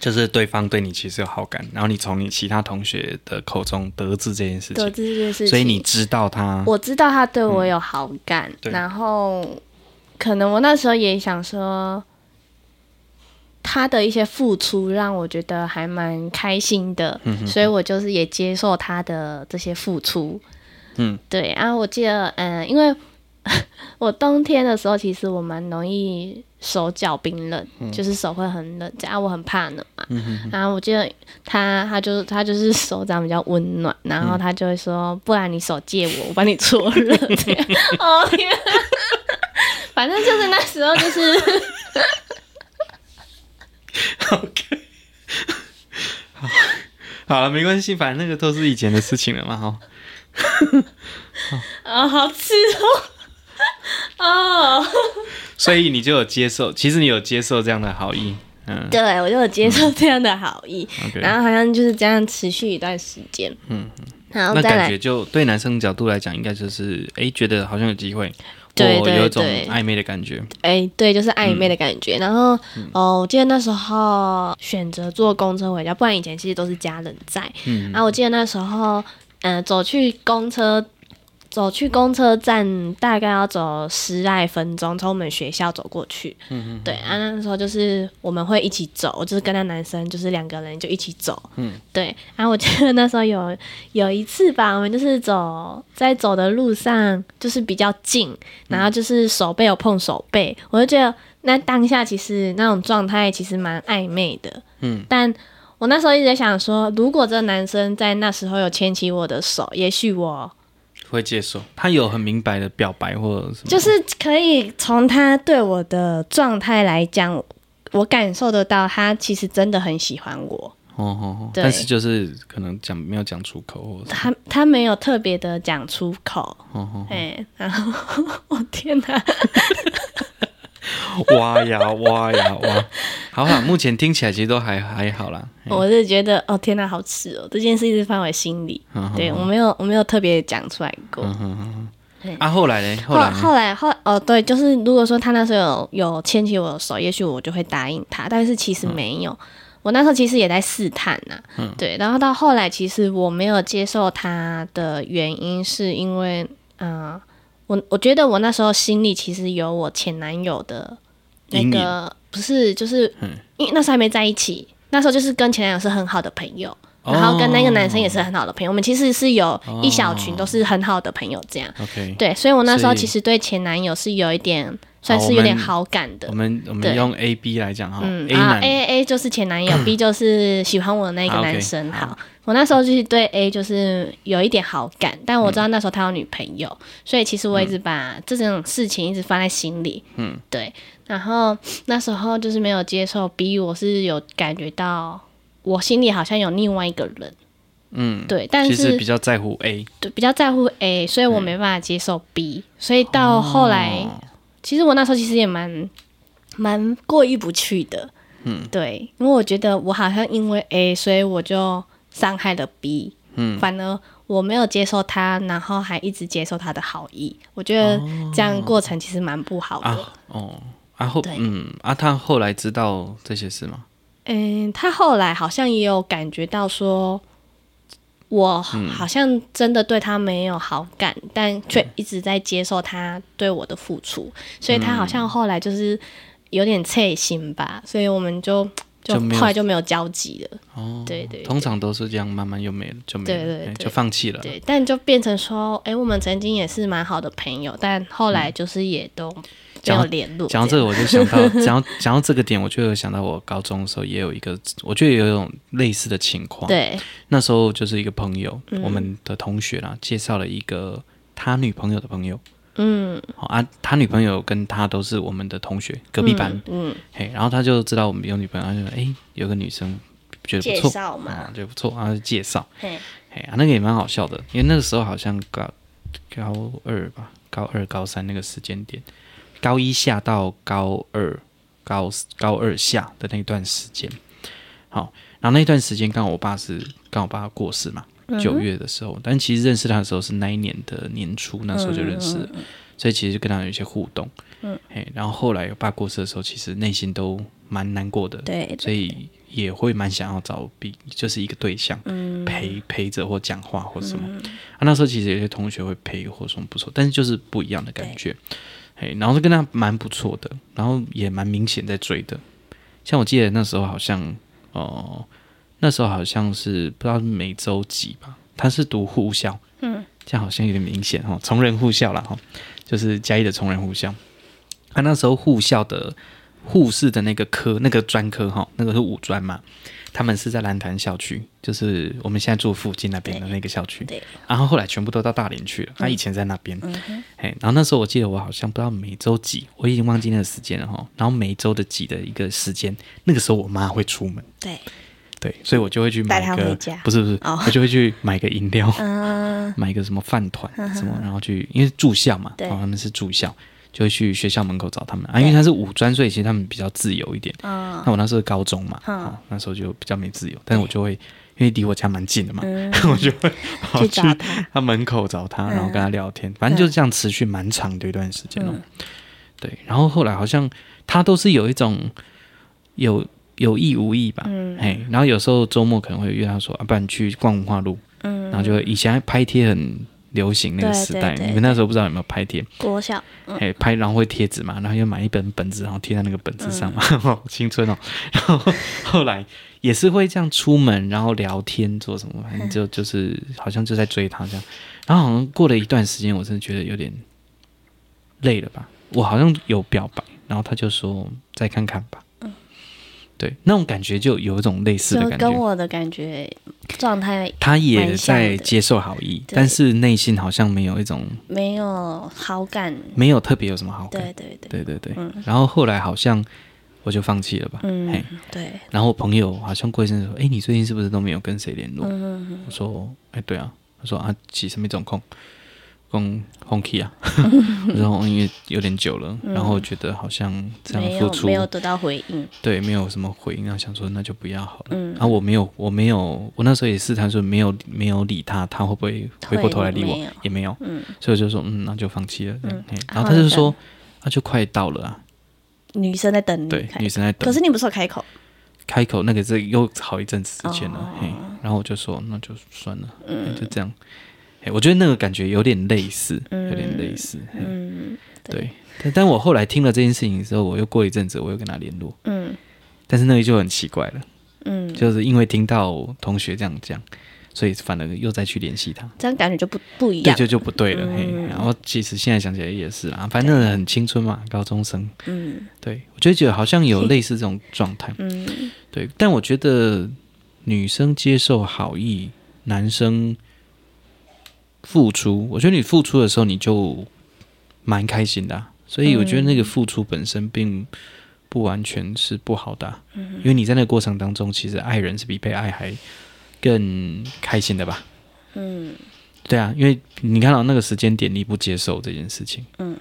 Speaker 1: 就是对方对你其实有好感，然后你从你其他同学的口中得知这件事
Speaker 2: 得
Speaker 1: 情，
Speaker 2: 知这件事情，
Speaker 1: 所以你知道他
Speaker 2: 我知道他对我有好感，
Speaker 1: 对
Speaker 2: 然后可能我那时候也想说，他的一些付出让我觉得还蛮开心的，所以我就是也接受他的这些付出。
Speaker 1: 嗯，
Speaker 2: 对啊，我记得，嗯，因为 我冬天的时候其实我蛮容易手脚冰冷，
Speaker 1: 嗯
Speaker 2: 就是手会很冷，加上我很怕冷嘛。然后我记得他他就他就是手掌比较温暖，然
Speaker 1: 嗯
Speaker 2: 后他就会说，不然你手借我，我帮你搓热。 这样， 哦 天啊、反正就是那时候就是。
Speaker 1: 好了，没关系，反正那个都是以前的事情了嘛，哈。
Speaker 2: 啊、好吃哦！哦，
Speaker 1: 所以你就有接受，其实你有接受这样的好意，嗯
Speaker 2: 对我就有接受这样的好意，
Speaker 1: ，OK，
Speaker 2: 然后好像就是这样持续一段时间，嗯，然后
Speaker 1: 那
Speaker 2: 再
Speaker 1: 感
Speaker 2: 来
Speaker 1: 觉就对男生角度来讲，应该就是哎、诶觉得好像有机会，
Speaker 2: 对
Speaker 1: 或
Speaker 2: 对
Speaker 1: 有一种
Speaker 2: 对
Speaker 1: 暧昧的感觉，
Speaker 2: 哎，对，就是暧昧的感觉。然后，哦，我记得那时候选择坐公车回家，不然以前其实都是家人在。啊
Speaker 1: 嗯
Speaker 2: 然后我记得那时候，嗯，走去公车，走去公车站大概要走十来分钟，从我们学校走过去。嗯对，啊，那时候就是我们会一起走，我就是跟那男生，就是两个人就一起走。
Speaker 1: 嗯，
Speaker 2: 对。然后我记得那时候有有一次吧，我们就是走在走的路上，就是比较近，然后就是手背有碰手背，我就觉得那当下其实那种状态其实蛮暧昧的，
Speaker 1: 嗯，
Speaker 2: 但我那时候一直在想说，如果这个男生在那时候有牵起我的手，也许我
Speaker 1: 会接受。他有很明白的表白或者什么，
Speaker 2: 就是可以从他对我的状态来讲，我感受得到他其实真的很喜欢我。
Speaker 1: 哦哦哦，
Speaker 2: 对
Speaker 1: 但是就是可能讲没有讲出口或者
Speaker 2: 他他没有特别的讲出口，
Speaker 1: 哦哦
Speaker 2: 哎、然后 我天哪，
Speaker 1: 哦， 挖呀挖呀挖，好啦，目前听起来其实都还还好啦。
Speaker 2: 我是觉得哦天哪，好耻哦，这件事一直放我心里，
Speaker 1: 嗯
Speaker 2: 对我没有我没有特别讲出来过。
Speaker 1: 啊，后来嘞，后
Speaker 2: 后
Speaker 1: 来呢
Speaker 2: 后来后哦，对，就是如果说他那时候有有牵起我的手，也许我就会答应他，但是其实没有。我那时候其实也在试探呐、
Speaker 1: 嗯
Speaker 2: 对。然后到后来，其实我没有接受他的原因，是因为嗯、呃我我觉得我那时候心里其实有我前男友的那
Speaker 1: 阴
Speaker 2: 个，不是就是
Speaker 1: 嗯
Speaker 2: 因为那时候还没在一起，那时候就是跟前男友是很好的朋友。然
Speaker 1: 哦
Speaker 2: 后跟那个男生也是很好的朋友，我们其实是有一小
Speaker 1: 哦
Speaker 2: 群都是很好的朋友这样。
Speaker 1: OK，
Speaker 2: 对，所以我那时候
Speaker 1: 所以
Speaker 2: 其实对前男友是有一点，算
Speaker 1: 好
Speaker 2: 是
Speaker 1: 我
Speaker 2: 有点
Speaker 1: 们
Speaker 2: 好感的
Speaker 1: 我。们我们
Speaker 2: 对
Speaker 1: 用 A B 来讲哈
Speaker 2: 嗯
Speaker 1: ，A
Speaker 2: 啊
Speaker 1: 男嗯
Speaker 2: ，A A 就是前男友，B 就是喜欢我的那个
Speaker 1: 好，OK，
Speaker 2: 男生。
Speaker 1: 好
Speaker 2: 好，我那时候就是对 A 就是有一点好感，但
Speaker 1: 嗯
Speaker 2: 我知道那时候他有女朋友，所以其实我一直把这种事情一直放在心里。嗯，对。然后那时候就是没有接受 B，我是有感觉到我心里好像有另外一个人。
Speaker 1: 嗯，
Speaker 2: 对，但
Speaker 1: 其实
Speaker 2: 是
Speaker 1: 比较在乎 A，
Speaker 2: 对比较在乎 A，所以我没办法接受 B，、所以到后来，其实我那时候其实也蛮蛮过意不去的，嗯，对，因为我觉得我好像因为 A，所以我就伤害了 B，嗯，反而我没有接受他，然后还一直接受他的好意，我觉得这样过程其实蛮不好的。
Speaker 1: 啊哦，啊后
Speaker 2: 对
Speaker 1: 嗯啊，他后来知道这些事吗？
Speaker 2: 嗯，他后来好像也有感觉到说，我
Speaker 1: 嗯
Speaker 2: 好像真的对他没有好感，但却
Speaker 1: 嗯
Speaker 2: 一直在接受他对我的付出，所以他好
Speaker 1: 嗯
Speaker 2: 像后来就是有点脆心吧，所以我们就就
Speaker 1: 就没有
Speaker 2: 后来就没有交集了。
Speaker 1: 哦，
Speaker 2: 对对
Speaker 1: 通常都是这样，慢慢又没了，就没了，
Speaker 2: 对对
Speaker 1: 哎
Speaker 2: 对
Speaker 1: 就放弃了。
Speaker 2: 对，但就变成说，哎、我们曾经也是蛮好的朋友，但后来就是也都没
Speaker 1: 嗯讲
Speaker 2: 有
Speaker 1: 到
Speaker 2: 联络。
Speaker 1: 讲到这个，我就 想到，讲到讲到这个点，我就有想到我高中的时候也有一个，我觉得有一种类似的情况。，
Speaker 2: 对，嗯
Speaker 1: 那时候就是一个朋友，我们的同学啦，介绍了一个他女朋友的朋友。
Speaker 2: 嗯
Speaker 1: 好啊，他女朋友跟他都是我们的同学，隔壁班。
Speaker 2: 嗯，
Speaker 1: 嘿，然后他就知道我们有女朋友，他就说：“哎，有个女生觉得
Speaker 2: 介
Speaker 1: 不错，
Speaker 2: 绍嘛，
Speaker 1: 啊，觉得不错，然后就介绍。
Speaker 2: 嘿，
Speaker 1: 嘿啊，那个也蛮好笑的，因为那个时候好像高高二吧，高二高三那个时间点，高一下到高二高高二下的那段时间，好，然后那段时间刚好我爸是刚好我爸过世嘛，九月的时候，但其实认识他的时候是那一年的年初，那时候就认识了，所以其实就跟他有一些互动，嗯，嘿，然后后来我爸过世的时候，其实内心都蛮难过的，
Speaker 2: 对，
Speaker 1: 所以也会蛮想要找比就是一个对象，陪陪着或讲话或什么。啊，那时候其实有些同学会陪或什么不错，但是就是不一样的感觉。嘿，然后就跟他蛮不错的，然后也蛮明显在追的。像我记得那时候好像哦、那时候好像是不知道是每周几吧，他是读护校，嗯，这样好像有点明显哈，崇仁护校啦哈，就是嘉义的崇仁护校。他、那时候护校的护士的那个科，那个专科哈，那个是五专嘛，他们是在蓝潭校区，就是我们现在住附近那边的那个校区。嗯
Speaker 2: 对。
Speaker 1: 然后后来全部都到大连去了，啊他以前在那边。哎，然后那时候我记得我好像不知道每周几，我已经忘记那个时间了哈。然后每周的几的一个时间，那个时候我妈会出门，
Speaker 2: 对，
Speaker 1: 对，所以我就会去买
Speaker 2: 带她
Speaker 1: 个
Speaker 2: 回家
Speaker 1: 不是不是，
Speaker 2: 哦
Speaker 1: 我就会去买个饮料，
Speaker 2: 嗯，
Speaker 1: 买个什么饭团什么，然后去因为住校嘛，
Speaker 2: 对
Speaker 1: 哦，他们是住校，就会去学校门口找他们啊，因为他是五专，所以其实他们比较自由一点。
Speaker 2: 嗯
Speaker 1: 那我那时候高中嘛，
Speaker 2: 嗯
Speaker 1: 哦，那时候就比较没自由，但是我就会因为离我家蛮近的嘛， 我就会跑
Speaker 2: 嗯去
Speaker 1: 去
Speaker 2: 找他嗯
Speaker 1: 他门口找他，然后跟他聊天，反正就是这样持续蛮长的一段时间哦。对，然后后来好像他都是有一种有有意无意吧，
Speaker 2: 嗯
Speaker 1: 哎、然后有时候周末可能会约他说，啊，不然去逛文化路，
Speaker 2: 嗯，
Speaker 1: 然后就以前拍贴很流行那个时
Speaker 2: 对
Speaker 1: 代，
Speaker 2: 对对
Speaker 1: 你们那时候不知道有没有拍贴，
Speaker 2: 国小，
Speaker 1: 哎、拍然后会贴纸嘛，然后又买一本本子，然后贴在那个本子上嘛，
Speaker 2: 嗯
Speaker 1: 好青春 哦。然后后来也是会这样出门，然后聊天做什么，反正
Speaker 2: 嗯
Speaker 1: 就就是好像就在追他这样。然后好像过了一段时间，我真的觉得有点累了吧，我好像有表白，然后他就说再看看吧。对，那种感觉就有一种类
Speaker 2: 嗯
Speaker 1: 似
Speaker 2: 就
Speaker 1: 的感
Speaker 2: 跟
Speaker 1: 觉。
Speaker 2: 我的感觉状态
Speaker 1: 他也
Speaker 2: 蛮像
Speaker 1: 在
Speaker 2: 的
Speaker 1: 接受好意，
Speaker 2: 对
Speaker 1: 但是内心好像没有一种
Speaker 2: 没有好感。
Speaker 1: 没有特别有什么好感。
Speaker 2: 对对对，
Speaker 1: 对对对，
Speaker 2: 嗯
Speaker 1: 然后后来好像我就放弃了吧。嘿
Speaker 2: 嗯，对，
Speaker 1: 然后我朋友好像过一阵子说：“哎，你最近是不是都没有跟谁联络？”
Speaker 2: 嗯，
Speaker 1: 我说：“哎，对啊。”他说：“啊，其实没总空，空空 气啊。”我说哦：“因为有点久了，然后觉得好像这
Speaker 2: 嗯没
Speaker 1: 样付
Speaker 2: 有
Speaker 1: 出
Speaker 2: 没有得到回应，
Speaker 1: 对，没有什么回应，然后想说那就不要好了。
Speaker 2: 嗯
Speaker 1: 然后我没有，我没有，我那时候也试探说没有没有理他，他会不会回过头来理我？
Speaker 2: 会没有
Speaker 1: 也没有，
Speaker 2: 嗯，
Speaker 1: 所以我就说嗯，那就放弃了。这样
Speaker 2: 嗯
Speaker 1: 嘿
Speaker 2: 然
Speaker 1: 然后
Speaker 2: 后
Speaker 1: 他就
Speaker 2: 呢
Speaker 1: 说，那、就快到了啊，
Speaker 2: 女生在等你
Speaker 1: 对，
Speaker 2: 开
Speaker 1: 女，生在
Speaker 2: 可
Speaker 1: 等。
Speaker 2: 是你不是有开口，
Speaker 1: 开口那个是又好一阵子之前了，
Speaker 2: 哦
Speaker 1: 嘿，然后我就说那就算了，嗯、就这样。嘿，我觉得那个感觉有点类似，有点类似，嘿
Speaker 2: 嗯
Speaker 1: 对。但但我后来听了这件事情之后，我又过一阵子，我又跟他联络，
Speaker 2: 嗯
Speaker 1: 但是那个就很奇怪了。
Speaker 2: 嗯，
Speaker 1: 就是因为听到同学这样讲，所以反而又再去联系他，
Speaker 2: 这样感觉就不不一
Speaker 1: 对，
Speaker 2: 样，
Speaker 1: 就就不对了。嘿，
Speaker 2: 嗯
Speaker 1: 然后其实现在想起来也是啦，反正很青春嘛，高中生，
Speaker 2: 嗯
Speaker 1: 对我就觉得好 像有类似这种状态。
Speaker 2: 嗯
Speaker 1: 对，但我觉得女生接受好意，男生付出，我觉得你付出的时候你就蛮开心的啊、所以我觉得
Speaker 2: 嗯
Speaker 1: 那个付出本身并不完全是不好的啊、
Speaker 2: 嗯
Speaker 1: 因为你在那个过程当中，其实爱人是比被爱还更开心的吧？
Speaker 2: 嗯
Speaker 1: 对啊，因为你看到那个时间点你不接受这件事情，
Speaker 2: 嗯，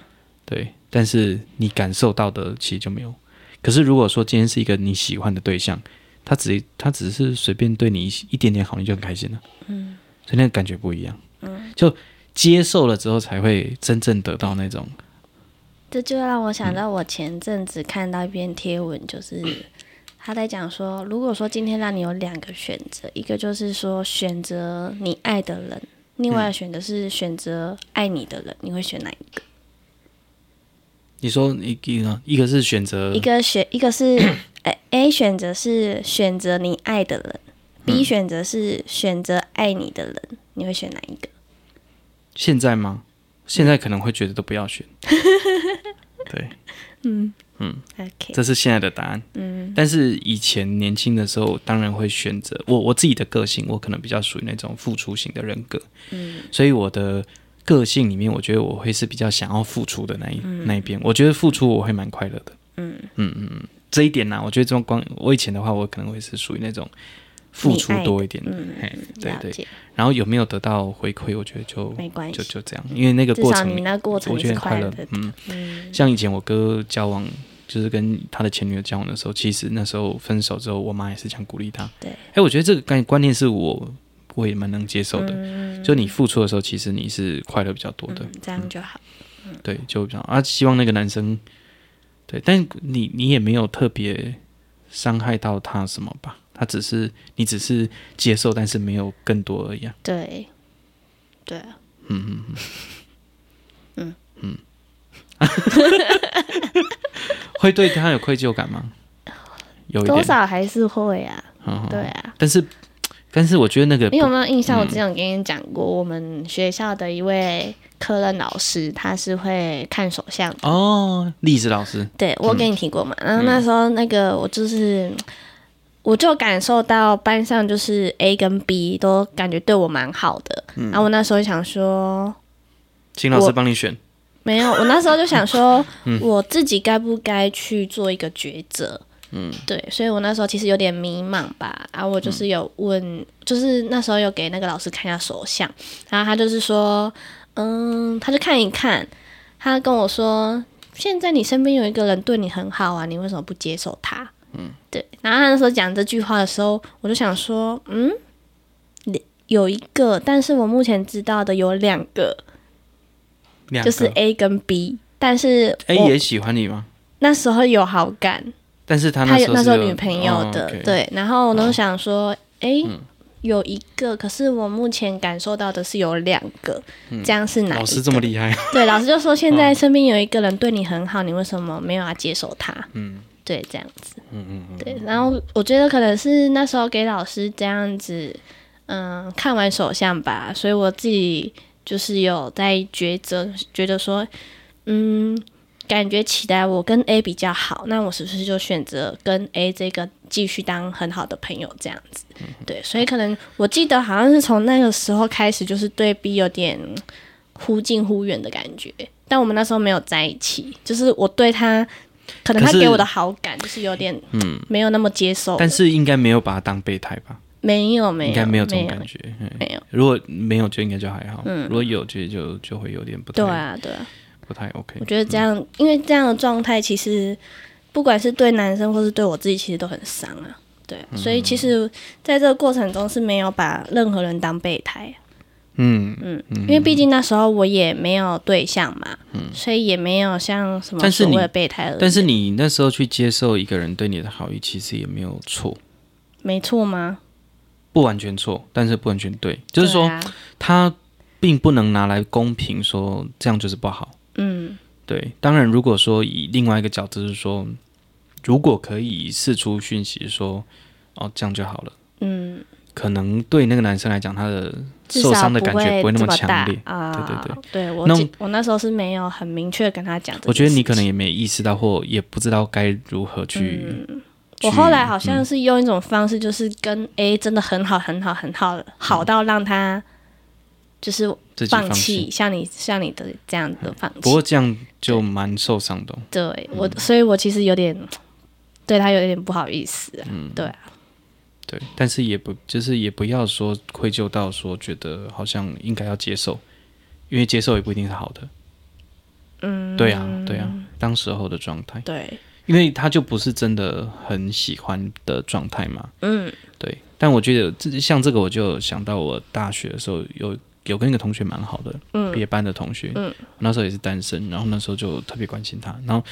Speaker 1: 对，但是你感受到的其实就没有。可是如果说今天是一个你喜欢的对象，他只他只是随便对你一点点好，你就很开心了，
Speaker 2: 嗯，
Speaker 1: 所以那个感觉不一样，嗯，就接受了之后才会真正得到那种，
Speaker 2: 这就让我想到我前阵子看到一篇贴文，就是他在讲说，如果说今天让你有两个选择，一个就是说选择你爱的人，另
Speaker 1: 嗯
Speaker 2: 外的选择是选择爱你的人，你会选哪一个？
Speaker 1: 你说一一个一个是选择
Speaker 2: 一个选一个 是呃 A 选择是选择你爱的人，B
Speaker 1: 嗯
Speaker 2: 选择是选择爱你的人，你会选哪一个？
Speaker 1: 现在吗？现在可能会觉得都不要 选，对，
Speaker 2: OK，
Speaker 1: 这是现在的答案。嗯，但是以前年轻的时候，当然会选择我我自己的个性，我可能比较属于那种付出型的人格。嗯，所以我的个性里面，我觉得我会是比较想要付出的那一、那一边。我觉得付出我会蛮快乐的。
Speaker 2: 嗯
Speaker 1: 嗯嗯嗯，这一点呢、我觉得这种光我以前的话，我可能会是属于那种付出
Speaker 2: 你爱的
Speaker 1: 多一点的。
Speaker 2: 嗯
Speaker 1: 嘿，对
Speaker 2: 了
Speaker 1: 对。
Speaker 2: 解，
Speaker 1: 然后有没有得到回馈，我觉得就
Speaker 2: 没关
Speaker 1: 就
Speaker 2: 系，
Speaker 1: 就这样，因为那个
Speaker 2: 至
Speaker 1: 过
Speaker 2: 少
Speaker 1: 程
Speaker 2: 你那过程
Speaker 1: 我觉得
Speaker 2: 是
Speaker 1: 很快
Speaker 2: 乐
Speaker 1: 乐
Speaker 2: 的。。
Speaker 1: 嗯。
Speaker 2: 嗯
Speaker 1: 像以前我哥交往，就是跟他的前女友交往的时候，其实那时候分手之后，我妈也是想鼓励他。
Speaker 2: 对
Speaker 1: 哎，我觉得这个概观念是我我也蛮能接受的。
Speaker 2: 嗯
Speaker 1: 就你付出的时候，其实你是快乐比较多的，
Speaker 2: 嗯这样就好。
Speaker 1: 对，就比较啊，希望那个男生，对，但你你也没有特别伤害到他什么吧？他只是你只是接受，但是没有更多而已啊。
Speaker 2: 对，对啊，
Speaker 1: 嗯嗯嗯
Speaker 2: 嗯
Speaker 1: 嗯，会对他有愧疚感吗？有一
Speaker 2: 多
Speaker 1: 点，
Speaker 2: 少还是会啊，
Speaker 1: 嗯
Speaker 2: 对。啊。
Speaker 1: 但是，但是我觉得那个
Speaker 2: 你有没有印
Speaker 1: 嗯
Speaker 2: 象？我之前有跟你讲过，我们学校的一位科任老师，他是会看手相的。
Speaker 1: 哦，栗子老师，
Speaker 2: 对，我跟你提过嘛。然后那时候那个我就是，我就感受到班上就是 A 跟 B 都感觉对我蛮好的。然后我那时候想说，
Speaker 1: 请老师
Speaker 2: 我
Speaker 1: 帮你选。
Speaker 2: 没有，我那时候就想说，我自己该不该去做一个抉择？嗯，对，所以我那时候其实有点迷茫吧。然后我就是有问，就是那时候有给那个老师看一下手相，然后他就是说，嗯，他就看一看，他跟我说，现在你身边有一个人对你很好啊，你为什么不接受他？嗯，对。然后他那时候讲这句话的时候，我就想说，嗯，有一个，但是我目前知道的有两个。
Speaker 1: 两
Speaker 2: 就是
Speaker 1: 个
Speaker 2: A 跟 B，但是
Speaker 1: A
Speaker 2: 我
Speaker 1: 也喜欢你吗？
Speaker 2: 那时候有好感，
Speaker 1: 但是他
Speaker 2: 他有
Speaker 1: 时候
Speaker 2: 那
Speaker 1: 那
Speaker 2: 时候女朋友的，，
Speaker 1: 哦，OK 嗯
Speaker 2: 对，然后我都想说，诶，有一个，可是我目前感受到的是有两个，这样是哪一个？哦
Speaker 1: 嗯老师这哦么厉害，
Speaker 2: 对，老师就说现在身边有一个人对你很好，你为什么没有要接受他？嗯，对，这样子，嗯嗯，对。然后我觉得可能是那时候给老师这样子，嗯，看完手相吧，所以我自己就是有在抉择，觉得说，嗯，感觉起来我跟 A 比较好，那我是不是就选择跟 A 这个继续当很好的朋友这样子？对，所以可能我记得好像是从那个时候开始，就是对 B 有点忽近忽远的感觉。但我们那时候没有在一起，就是我对他，可能他
Speaker 1: 可是
Speaker 2: 给我的好感就是有点嗯没有那么接受，
Speaker 1: 但是应该没有把它当备胎吧？
Speaker 2: 没有没有
Speaker 1: 应该没
Speaker 2: 没
Speaker 1: 有这种感觉。嗯
Speaker 2: 没有嗯
Speaker 1: 如果没有，就应该就还好。如果有，就就就会有点不太
Speaker 2: 对啊对啊，
Speaker 1: 不太 OK
Speaker 2: 我。觉得这样，因为这样的状态其实不管是对男生或是对我自己，其实都很伤啊。对啊，
Speaker 1: 嗯
Speaker 2: 所以其实在这个过程中是没有把任何人当备胎，啊
Speaker 1: 嗯，嗯
Speaker 2: 因为毕竟那时候我也没有对象嘛，所以也没有像什么
Speaker 1: 但是
Speaker 2: 所
Speaker 1: 你
Speaker 2: 谓的备胎而言
Speaker 1: 但是你那时候去接受一个人对你的好意，其实也没有错，
Speaker 2: 没错吗？
Speaker 1: 不完全错，但是不完全对。就是说，
Speaker 2: 对啊
Speaker 1: 他并不能拿来公平说这样就是不好。
Speaker 2: 嗯，
Speaker 1: 对，当然如果说以另外一个角度是说，如果可以释出讯息说，哦这样就好了，
Speaker 2: 嗯，
Speaker 1: 可能对那个男生来讲，他的
Speaker 2: 至
Speaker 1: 受
Speaker 2: 少
Speaker 1: 伤的感觉
Speaker 2: 不
Speaker 1: 不会那
Speaker 2: 这
Speaker 1: 么
Speaker 2: 么
Speaker 1: 强烈。
Speaker 2: 大啊。
Speaker 1: 对
Speaker 2: 对对，我
Speaker 1: 那
Speaker 2: 记我那时候是没有很明确跟他讲这件事情。
Speaker 1: 我觉得你可能也没意识到，或也不知道该如何去。
Speaker 2: 嗯我
Speaker 1: 去嗯
Speaker 2: 后来好像是用一种方式，就是跟 A 真的很好，很好，很好，好到让他就是
Speaker 1: 自己
Speaker 2: 放
Speaker 1: 放
Speaker 2: 弃，。像你像你的这样的放
Speaker 1: 不过
Speaker 2: 弃。
Speaker 1: 这样就蛮受伤的哦、
Speaker 2: 对我，所以我其实有点对他有点不好意思啊。
Speaker 1: 嗯
Speaker 2: 对啊，
Speaker 1: 对，但是也不就是也不要说愧疚到说觉得好像应该要接受，因为接受也不一定是好的。
Speaker 2: 嗯，
Speaker 1: 对啊，对啊，当时候的状态，
Speaker 2: 对，
Speaker 1: 因为他就不是真的很喜欢的状态嘛。
Speaker 2: 嗯
Speaker 1: 对，但我觉得这像这个，我就有想到我大学的时候有有跟一个同学蛮好的，
Speaker 2: 嗯
Speaker 1: 毕业班的同学，
Speaker 2: 嗯
Speaker 1: 那时候也是单身，然后那时候就特别关心他，然后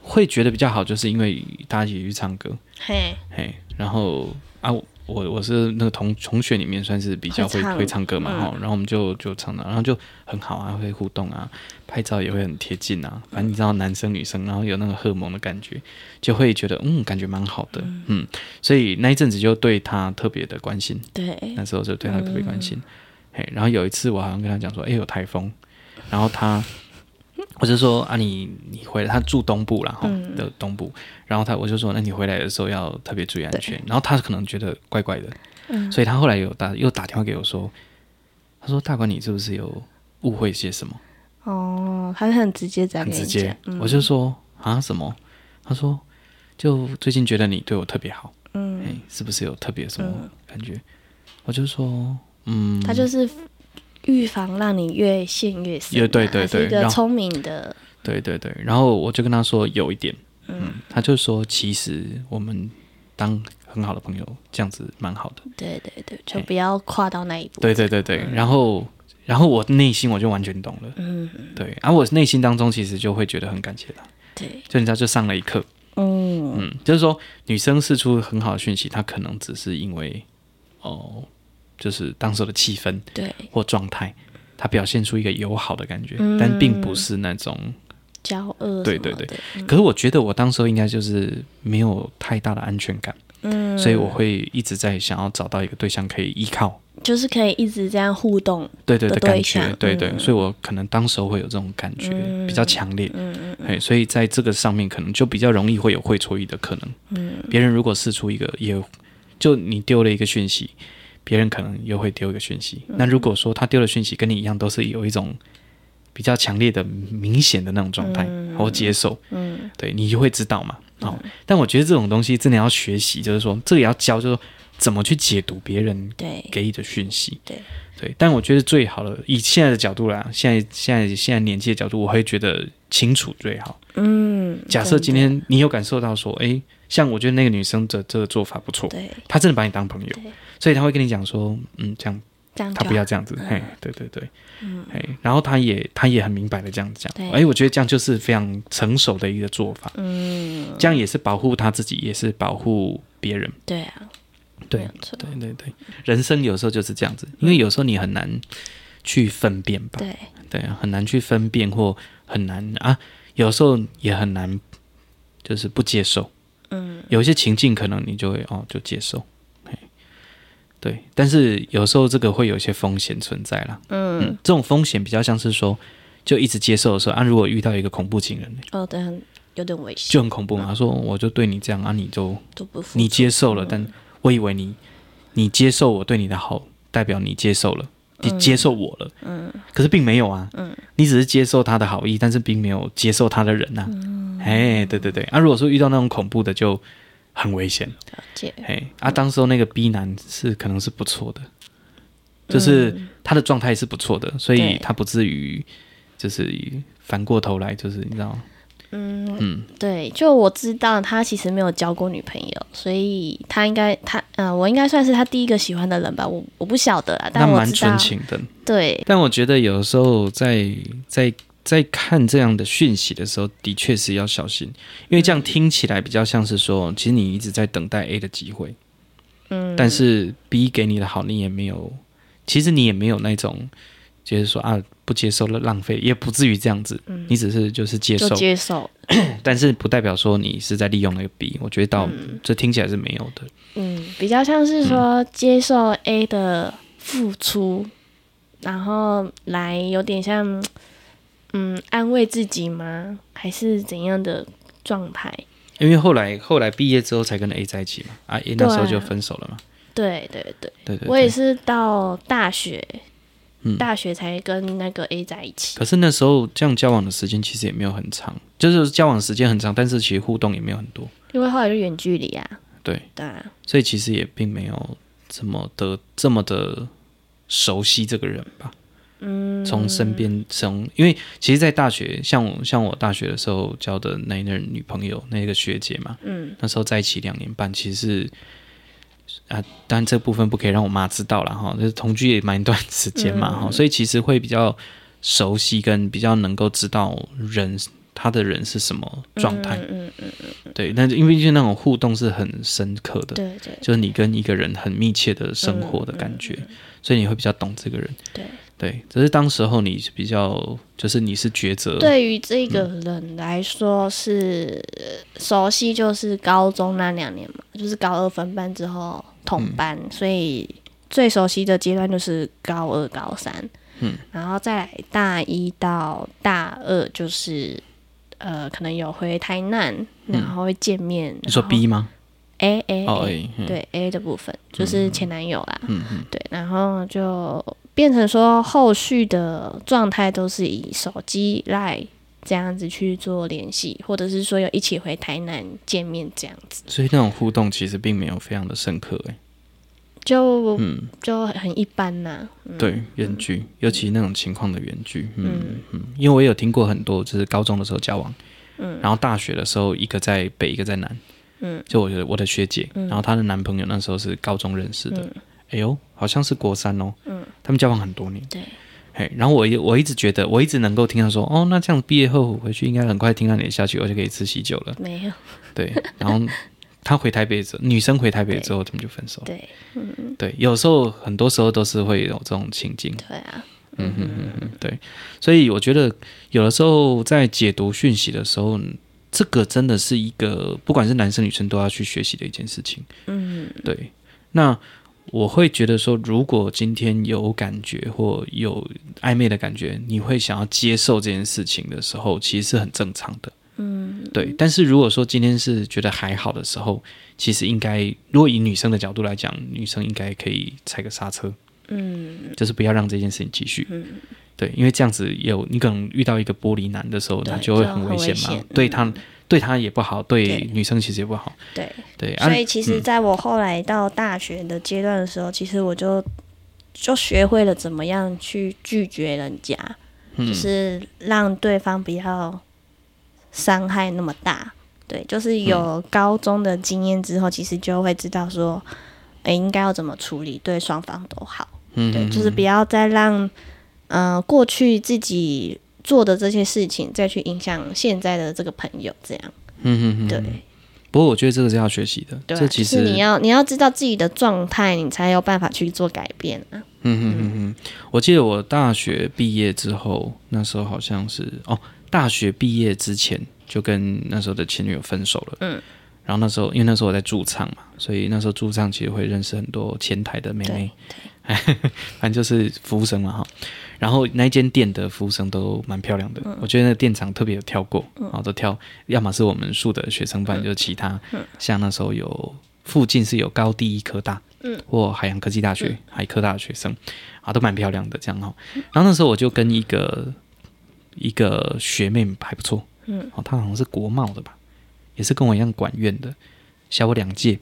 Speaker 1: 会觉得比较好，就是因为大家一起去唱歌，
Speaker 2: 嘿，
Speaker 1: 嘿，然后啊，我我是那个同同学里面算是比较会
Speaker 2: 会唱
Speaker 1: 会唱嗯歌嘛哈、然后我们就就唱了，然后就很好啊，会互动啊，拍照也会很贴近啊，反正你知道男生女生，然后有那个荷尔蒙的感觉，就会觉得嗯，感觉蛮好的，嗯所以那一阵子就对他特别的关心，
Speaker 2: 对，
Speaker 1: 那时候就对他特别关心，
Speaker 2: 嗯
Speaker 1: 嘿，然后有一次我好像跟他讲说，哎、有台风，然后他。我就说啊你，你回来，他住东部啦，哈、
Speaker 2: 嗯
Speaker 1: 的东部。然后他我就说，那你回来的时候要特别注意安全。然后他可能觉得怪怪的，
Speaker 2: 嗯
Speaker 1: 所以他后来有打又打电话给我说，他说大官你是不是有误会些什么？
Speaker 2: 哦，他是很直接在
Speaker 1: 很
Speaker 2: 跟你
Speaker 1: 直
Speaker 2: 讲嗯
Speaker 1: 接，，我就说啊什么？他说就最近觉得你对我特别好，哎、
Speaker 2: 嗯，
Speaker 1: 是不是有特别什么感觉？我就说嗯，
Speaker 2: 他就是预防让你越陷越深啊，
Speaker 1: 也对对
Speaker 2: 他是一
Speaker 1: 对然
Speaker 2: 个
Speaker 1: 后
Speaker 2: 聪明的，
Speaker 1: 对对对，然后我就跟他说有一点，嗯，他就说其实我们当很好的朋友这样子蛮好的，
Speaker 2: 对对对，就不要跨到那一步。
Speaker 1: 对对对对，然后然后我内心我就完全懂了，
Speaker 2: 嗯，
Speaker 1: 对，然、后我内心当中其实就会觉得很感谢他，
Speaker 2: 对，
Speaker 1: 就人家就上了一课，
Speaker 2: 嗯。
Speaker 1: 嗯，就是说女生释出很好的讯息，她可能只是因为哦，就是当时的气氛
Speaker 2: 对，
Speaker 1: 或状态，她表现出一个友好的感觉，
Speaker 2: 嗯
Speaker 1: 但并不是那种
Speaker 2: 骄傲，
Speaker 1: 对对对，可是我觉得我当时候应该就是没有太大的安全感，
Speaker 2: 嗯，
Speaker 1: 所以我会一直在想要找到一个对象可以依靠，
Speaker 2: 就是可以一直这样互动，
Speaker 1: 对对
Speaker 2: 的
Speaker 1: 的感
Speaker 2: 对
Speaker 1: 觉
Speaker 2: 象，嗯
Speaker 1: 对对，所以我可能当时候会有这种感觉、比较强烈，
Speaker 2: 嗯
Speaker 1: 哎，所以在这个上面可能就比较容易会有会错意的可能，
Speaker 2: 嗯
Speaker 1: 别人如果试出一个也，就你丢了一个讯息。别人可能又会丢一个讯息，
Speaker 2: 嗯
Speaker 1: 那如果说他丢的讯息跟你一样，都是有一种比较强烈的、明显的那种状态，我接受，
Speaker 2: 嗯，
Speaker 1: 对你就会知道嘛。哦，但我觉得这种东西真的要学习，就是说这个也要教，就是说怎么去解读别人
Speaker 2: 对，
Speaker 1: 给予的讯息。
Speaker 2: 对
Speaker 1: 对，但我觉得最好的，以现在的角度啦，现在现在现在年纪的角度，我会觉得清楚最好。
Speaker 2: 嗯，
Speaker 1: 假设今
Speaker 2: 真的
Speaker 1: 天你有感受到说，诶，像我觉得那个女生的这个做法不错，
Speaker 2: 对
Speaker 1: 她真的把你当朋友
Speaker 2: 对，
Speaker 1: 所以她会跟你讲说，嗯，这样
Speaker 2: 这样就嗯
Speaker 1: 她
Speaker 2: 好
Speaker 1: 不要这样子，嘿，对对对，嘿，然后她也她也很明白的这样讲，哎
Speaker 2: 对
Speaker 1: 诶，我觉得这样就是非常成熟的一个做法。
Speaker 2: 嗯，
Speaker 1: 这样也是保护他自己，也是保护别人。
Speaker 2: 对啊，没
Speaker 1: 对
Speaker 2: 有错，
Speaker 1: 对对对，人生有时候就是这样子，因为有时候你很难去分辨吧，
Speaker 2: 对
Speaker 1: 对啊，很难去分辨或很难啊，有时候也很难，就是不接受。
Speaker 2: 嗯，
Speaker 1: 有一些情境可能你就会哦就接受，嘿对，但是有时候这个会有一些风险存在啦。
Speaker 2: 嗯
Speaker 1: 这种风险比较像是说，就一直接受的时候，啊，如果遇到一个恐怖情人呢，
Speaker 2: 哦，对，很有点危险，
Speaker 1: 就很恐怖嘛。他说哦我就对你这样啊，你就
Speaker 2: 都不付
Speaker 1: 你
Speaker 2: 出
Speaker 1: 接受了，但我以为你你接受我对你的好，代表你接受了，你接受我了，嗯，可是并没有啊，嗯，你只是接受他的好意，但是并没有接受他的人呐、啊，
Speaker 2: 嗯
Speaker 1: 哎、对对对，啊，如果说遇到那种恐怖的就很危险，
Speaker 2: 了解，
Speaker 1: 哎，啊，当时候那个 B 男是可能是不错的，就是他的状态是不错的，所以
Speaker 2: 嗯对
Speaker 1: 他不至于就是反过头来，就是你知道，
Speaker 2: 嗯，
Speaker 1: 嗯，
Speaker 2: 对，就我知道他其实没有交过女朋友，所以他应该他呃，我应该算是他第一个喜欢的人吧，我我不晓得啊，
Speaker 1: 那
Speaker 2: 但我
Speaker 1: 蛮
Speaker 2: 知道
Speaker 1: 纯，情的。
Speaker 2: 对，
Speaker 1: 但我觉得有时候在在在看这样的讯息的时候，的确是要小心，因为这样听起来比较像是说，其实你一直在等待 A 的机会，
Speaker 2: 嗯，
Speaker 1: 但是 B 给你的好，你也没有，其实你也没有那种，就是说啊不接受了浪费，也不至于这样子，你只是就是接
Speaker 2: 嗯就
Speaker 1: 受，
Speaker 2: 接受，
Speaker 1: 但是不代表说你是在利用那个 B，我觉得到、这听起来是没有的，
Speaker 2: 嗯，比较像是说
Speaker 1: 嗯
Speaker 2: 接受 A 的付出，然后来有点像嗯安慰自己吗？还是怎样的状态？
Speaker 1: 因为后来后来毕业之后才跟 A 在一起嘛，啊 A 那时候
Speaker 2: 对
Speaker 1: 就
Speaker 2: 啊
Speaker 1: 分手了嘛，
Speaker 2: 对对对，
Speaker 1: 对对
Speaker 2: 我也
Speaker 1: 对。
Speaker 2: 是到大学，
Speaker 1: 嗯
Speaker 2: 大学才跟那个 A 在一起。
Speaker 1: 可是那时候这样交往的时间其实也没有很长，就是交往时间很长，但是其实互动也没有很多，
Speaker 2: 因为后来就远距离啊，
Speaker 1: 对，
Speaker 2: 对啊，
Speaker 1: 所以其实也并没有这么的这么的熟悉这个人吧。嗯，从身边从，因为其实，在大学，像我像我大学的时候交的那一任女朋友，那个学姐嘛，
Speaker 2: 嗯，
Speaker 1: 那时候在一起两年半，其实是啊，当然这部分不可以让我妈知道了哈，就是同居也蛮一段时间嘛
Speaker 2: 嗯
Speaker 1: 哈、所以其实会比较熟悉跟比较能够知道人他的人是什么状态、
Speaker 2: 嗯嗯嗯，
Speaker 1: 对，那因为就那种互动是很深刻的，
Speaker 2: 对对
Speaker 1: 就是你跟一个人很密切的生活的感觉，所以你会比较懂这个人。
Speaker 2: 对。
Speaker 1: 对，只是当时候你是比较，就是你是抉择，
Speaker 2: 对于这个
Speaker 1: 嗯
Speaker 2: 人来说是呃熟悉，就是高中那两年嘛，就是高二分班之后
Speaker 1: 嗯
Speaker 2: 同班，所以最熟悉的阶段就是高二、高三，嗯，然后再来大一到大二就是呃，可能有回台南，然后会见面。
Speaker 1: 嗯你说 B 吗？
Speaker 2: A A
Speaker 1: 哦，
Speaker 2: A
Speaker 1: 哎、嗯
Speaker 2: 对 A 的部分，就是前男友啦，对，然后就变成说后续的状态都是以手机来这样子去做联系，或者是说有一起回台南见面这样子，
Speaker 1: 所以那种互动其实并没有非常的深刻、哎，
Speaker 2: 就、
Speaker 1: 嗯，
Speaker 2: 就很一般呐、
Speaker 1: 对，远距，尤其那种情况的远距，嗯嗯，因为我也有听过很多，就是高中的时候交往，嗯，然后大学的时候一个在北，一个在南，嗯，就我觉得我的学姐，然后她的男朋友那时候是高中认识的，哎呦，好像是国三哦，嗯，他们交往很多年，
Speaker 2: 对，
Speaker 1: 嘿，然后我一我一直觉得，我一直能够听到说，哦，那这样毕业后回去应该很快听到你的消息，我就可以吃喜酒了，
Speaker 2: 没有
Speaker 1: 对，然后。她回台北之后，女生回台北之后，他们就分手了。
Speaker 2: 对
Speaker 1: 对，有时候很多时候都是会有这种情境。
Speaker 2: 对啊，
Speaker 1: 嗯哼哼哼，对，所以我觉得有的时候在解读讯息的时候，这个真的是一个不管是男生女生都要去学习的一件事情。
Speaker 2: 嗯
Speaker 1: 对，那我会觉得说，如果今天有感觉或有暧昧的感觉，你会想要接受这件事情的时候，其实是很正常的。
Speaker 2: 嗯
Speaker 1: 对，但是如果说今天是觉得还好的时候，其实应该，如果以女生的角度来讲，女生应该可以踩个刹车。
Speaker 2: 嗯，
Speaker 1: 就是不要让这件事情继续。对，因为这样子有你可能遇到一个玻璃男的时候，
Speaker 2: 对
Speaker 1: 他就会
Speaker 2: 就
Speaker 1: 很
Speaker 2: 很危
Speaker 1: 危险嘛
Speaker 2: 险，嗯
Speaker 1: 对他对他也不好，对
Speaker 2: 对
Speaker 1: 女生其实也不好。
Speaker 2: 对。
Speaker 1: 对，啊
Speaker 2: 所，以其实，在我后来到大学的阶段的时候，其实我就就学会了怎么样去拒绝人家，
Speaker 1: 嗯
Speaker 2: 就是让对方不要伤害那么大。对，就是有高中的经验之后，其实就会知道说，哎、应该要怎么处理，对双方都好。
Speaker 1: 嗯
Speaker 2: 对，就是不
Speaker 1: 要
Speaker 2: 要再让，呃，过去自己做的这些事情再去影响现在的这个朋友，这样。
Speaker 1: 嗯嗯嗯。
Speaker 2: 对。
Speaker 1: 不过我觉得这个是要学习的，
Speaker 2: 对啊、
Speaker 1: 这其实
Speaker 2: 就是你要你要知道自己的状态，你才有办法去做改变啊。
Speaker 1: 嗯嗯嗯嗯，我记得我大学毕业之后，那时候好像是哦，大学毕业之前就跟那时候的前女友分手了。嗯，然后那时候因为那时候我在驻唱嘛，所以那时候驻唱其实会认识很多前台的妹妹， 反正就是服务生嘛哈。然后那一间店的服务生都蛮漂亮的，我觉得那个店长特别有挑过，然后都挑，要么是我们宿的学生，不然就是其他，像那时候有附近是有高第一科大，
Speaker 2: 嗯，
Speaker 1: 或海洋科技大学、海科大的学生，啊，都蛮漂亮的这样哈。然后那时候我就跟一个一个学妹还不错，
Speaker 2: 嗯，
Speaker 1: 哦，她好像是国贸的吧，也是跟我一样管院的，小我两届，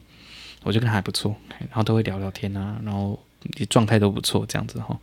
Speaker 1: 我就跟她还不错，嘿然后都会聊聊天啊，然后也状态都不错这样子哦哈，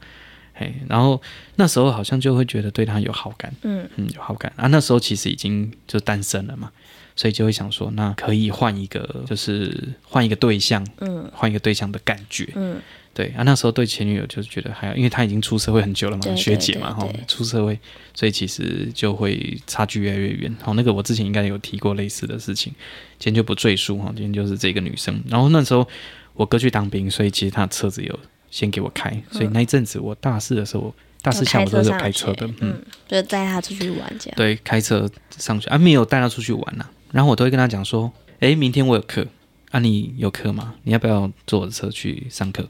Speaker 1: 嘿，然后那时候好像就会觉得对她有好感，
Speaker 2: 嗯
Speaker 1: 嗯，有好感啊，那时候其实已经就单身了嘛。所以就会想说，那可以换一个，就是换一个对象，
Speaker 2: 嗯
Speaker 1: 换一个对象的感觉，
Speaker 2: 嗯
Speaker 1: 对啊，那时候对前女友就是觉得还好，因为她已经出社会很久了嘛，
Speaker 2: 对对
Speaker 1: 学姐嘛，
Speaker 2: 对
Speaker 1: 哈
Speaker 2: 对，
Speaker 1: 出社会，所以其实就会差距越来越远。好，那个我之前应该有提过类似的事情，今天就不赘述哈。今天就是这个女生，然后那时候我哥去当兵，所以其实他的车子有先给我开，所以那一阵子我大四的时候，我
Speaker 2: 啊
Speaker 1: 大四下午的时候是有嗯开车的，嗯，
Speaker 2: 嗯，就带他出去玩这样。
Speaker 1: 对，开车上学啊，没有带他出去玩呐、然后我都会跟他讲说，诶，明天我有课啊，你有课吗？你要不要坐我的车去上课？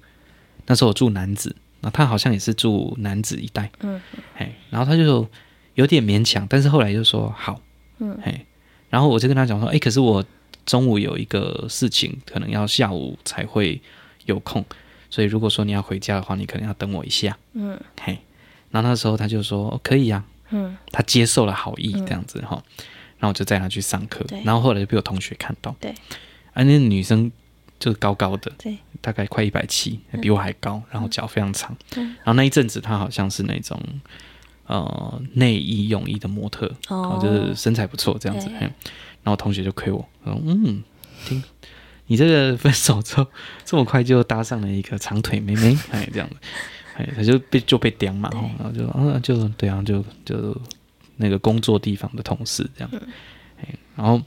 Speaker 1: 那时候我住南子，那他好像也是住南子一带，
Speaker 2: 嗯，
Speaker 1: 哎，然后他就有点勉强，但是后来就说好，
Speaker 2: 嗯，
Speaker 1: 哎，然后我就跟他讲说，诶，可是我中午有一个事情，可能要下午才会有空，所以如果说你要回家的话，你可能要等我一下，
Speaker 2: 嗯，
Speaker 1: 嘿，然后那时候他就说、哦可以呀、
Speaker 2: 嗯
Speaker 1: 他接受了好意这样子哈、然后我就带他去上课
Speaker 2: 对，
Speaker 1: 然后后来就被我同学看到，
Speaker 2: 对，
Speaker 1: 啊，那个女生就是高高的，
Speaker 2: 对，
Speaker 1: 大概快一百七，比我还高，然后脚非常长，
Speaker 2: 嗯
Speaker 1: 然后那一阵子她好像是那种呃内衣泳衣的模特，
Speaker 2: 哦
Speaker 1: 哦，就是身材不错这样子，
Speaker 2: 对
Speaker 1: 嘿，然后我同学就亏我，说嗯，听你这个分手之后这么快就搭上了一个长腿 妹妹，哎，这样子，哎，他就被就被刁嘛，吼然后就啊就对啊就就那个工作地方的同事这样，
Speaker 2: 嗯
Speaker 1: 哎，然后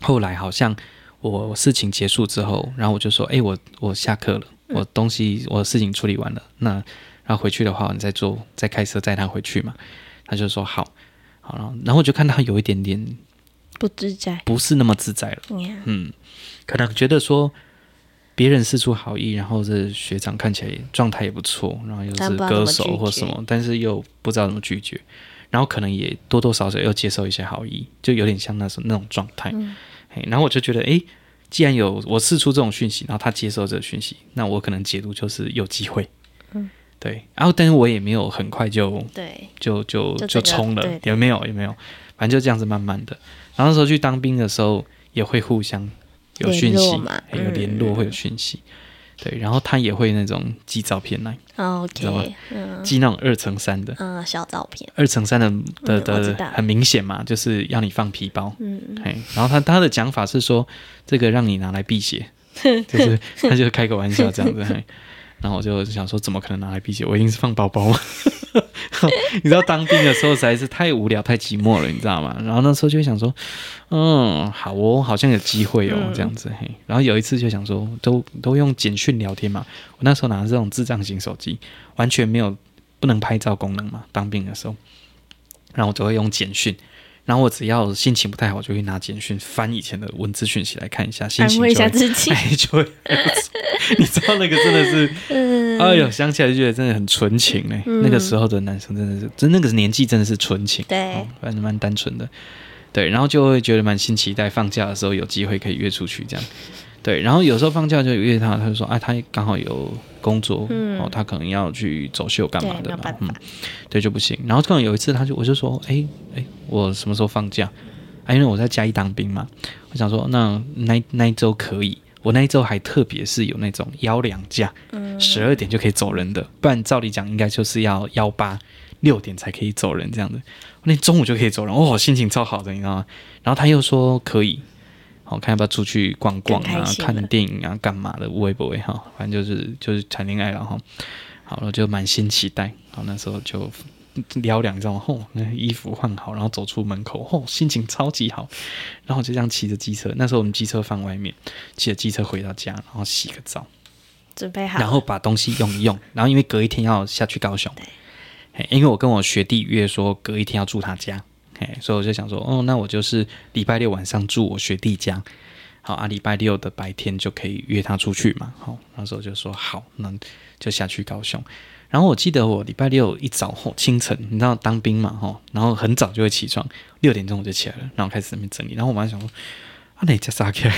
Speaker 1: 后来好像我事情结束之后，然后我就说，哎，我我下课了，
Speaker 2: 嗯
Speaker 1: 我东西我事情处理完了，那然后回去的话，你再坐再开车载他回去嘛，他就说好。好，然后然后我就看他有一点点
Speaker 2: 不自在。
Speaker 1: 不是那么自在了，
Speaker 2: 你看，
Speaker 1: 嗯，可能觉得说别人事出好意，然后这学长看起来状态也不错，然后又
Speaker 2: 但
Speaker 1: 是
Speaker 2: 不知道怎么
Speaker 1: 歌手
Speaker 2: 拒
Speaker 1: 或
Speaker 2: 绝
Speaker 1: 什么，但是又不知道怎么拒绝，然后可能也多多少少要接受一些好意，就有点像那种那种状态。
Speaker 2: 嗯
Speaker 1: 嘿，然后我就觉得，诶，既然有我试出这种讯息，然后他接受这个讯息，那我可能解读就是有机会。
Speaker 2: 嗯，
Speaker 1: 对。然后，但是我也没有很快就
Speaker 2: 对，
Speaker 1: 就就
Speaker 2: 就
Speaker 1: 就
Speaker 2: 整个
Speaker 1: 冲了
Speaker 2: 对，对
Speaker 1: 有没有？有没有？反正就这样子慢慢的。然后那时候去当兵的时候，也会互相有
Speaker 2: 联
Speaker 1: 讯
Speaker 2: 络
Speaker 1: 息
Speaker 2: 嘛，嗯
Speaker 1: 哎有联络，会有讯息。对，然后他也会那种寄照片来，
Speaker 2: 哦
Speaker 1: 知道吗
Speaker 2: OK，嗯
Speaker 1: 寄那种二乘三的，
Speaker 2: 嗯，小照片，
Speaker 1: 二乘三的的
Speaker 2: 嗯我知
Speaker 1: 的
Speaker 2: 道
Speaker 1: 很明显嘛，就是要你放皮包。
Speaker 2: 嗯，
Speaker 1: 哎，然后他他的讲法是说，这个让你拿来 辟邪，就是他就开个玩笑这样子。嘿然后我就想说，怎么可能拿来辟邪？我一定是放包包 嘛。你知道当兵的时候实在是太无聊、太寂寞了，你知道吗？然后那时候就会想说，嗯，好哦，好像有机会哦，
Speaker 2: 嗯
Speaker 1: 这样子嘿。然后有一次就想说，都都用简讯聊天嘛。我那时候拿的是这种智障型手机，完全没有不能拍照功能嘛，当兵的时候。然后我就会用简讯，然后我只要心情不太好，就会拿简讯翻以前的文字讯息来看一下，心
Speaker 2: 安
Speaker 1: 情就
Speaker 2: 慰一下
Speaker 1: 会
Speaker 2: 自己。
Speaker 1: 哎，就会，你知道那个真的是，哎
Speaker 2: 嗯
Speaker 1: 呦，想起来就觉得真的很纯情嘞、那个时候的男生真的是，真那个年纪真的是纯情，
Speaker 2: 对
Speaker 1: 哦，反正蛮单纯的，对，然后就会觉得蛮新奇待，放假的时候有机会可以约出去这样，对，然后有时候放假就约他，他就说啊，他刚好有工作，
Speaker 2: 嗯
Speaker 1: 哦，他可能要去走秀干嘛
Speaker 2: 对没
Speaker 1: 的
Speaker 2: 有
Speaker 1: 啦，
Speaker 2: 办法
Speaker 1: 嗯，对就不行。然后突然有一次，他就我就说，哎哎，我什么时候放假？啊，因为我在嘉义当兵嘛，我想说那那一那一周可以，我那一周还特别是有那种幺两假，十二点
Speaker 2: 嗯
Speaker 1: 就可以走人的，不然照理讲应该就是要幺八六点才可以走人这样的。那中午就可以走人，哦，心情超好的，你知道吗？然后他又说可以，好看要不要出去逛逛
Speaker 2: 更
Speaker 1: 啊
Speaker 2: 开，心了
Speaker 1: 看电影啊，干嘛的，微不微哈，反正就是就是谈恋爱了哈。好了，我就满心期待。好，那时候就撩两张，吼，那衣服换好，然后走出门口，吼，心情超级好。然后我就这样骑着机车，那时候我们机车放外面，骑着机车回到家，然后洗个澡，
Speaker 2: 准备好，
Speaker 1: 然后把东西用一用，然后因为隔一天要下去高雄，嘿因为我跟我学弟约说隔一天要住他家，嘿，所以我就想说，哦，那我就是礼拜六晚上住我学弟家，好啊，礼拜六的白天就可以约他出去嘛，好，那时候就说好，那就下去高雄。然后我记得我礼拜六一早吼、清晨，你知道当兵嘛吼、然后很早就会起床，六点钟我就起来了，然后开始在那边整理。然后我妈想说，啊， 你家啥起来？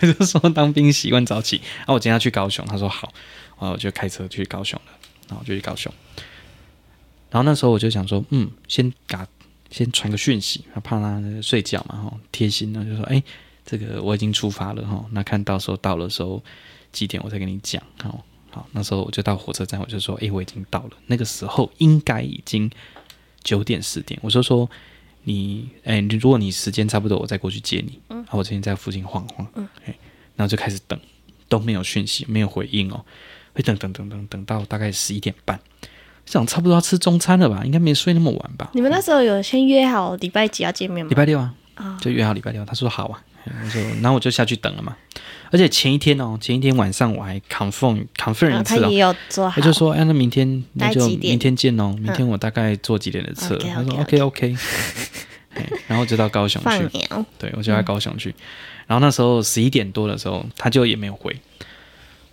Speaker 1: 我就说当兵习惯早起。然后我今天要去高雄，她说好，然后我就开车去高雄了，然后我就去高雄。然后那时候我就想说，嗯，先给她先传个讯息，怕她睡觉嘛吼、贴心呢就说，哎，这个我已经出发了吼、那看到时候到了时候几点我再跟你讲吼。好，那时候我就到火车站，我就说，诶，哎我已经到了。那个时候应该已经九点十点，我就说你，诶，你如果你时间差不多，我再过去接你。嗯，然后我之前在附近晃晃，嗯，然后就开始等，都没有讯息，没有回应哦，会等等等等等到大概十一点半，想差不多要吃中餐了吧？应该没睡那么晚吧？
Speaker 2: 你们那时候有先约好礼拜几要见面吗
Speaker 1: 礼？拜六啊，就约好礼拜六。他说好啊，我说，然后我就下去等了嘛。而且前一天哦，前一天晚上我还 confirm
Speaker 2: 然
Speaker 1: confirm
Speaker 2: 后
Speaker 1: 一
Speaker 2: 啊他
Speaker 1: 次哦
Speaker 2: 也，有做好，
Speaker 1: 他就说：“哎，那明天那
Speaker 2: 大
Speaker 1: 就
Speaker 2: 概几点嗯
Speaker 1: 明天见哦，明天我大概坐几点的车。
Speaker 2: OK，OK，
Speaker 1: 他说
Speaker 2: OK
Speaker 1: ：“OK OK。嘿然后就到高雄
Speaker 2: 放
Speaker 1: 去，
Speaker 2: 鸟，
Speaker 1: 对我就
Speaker 2: 嗯
Speaker 1: 到高雄去。然后那时候十一点多的时候，他就也没有回。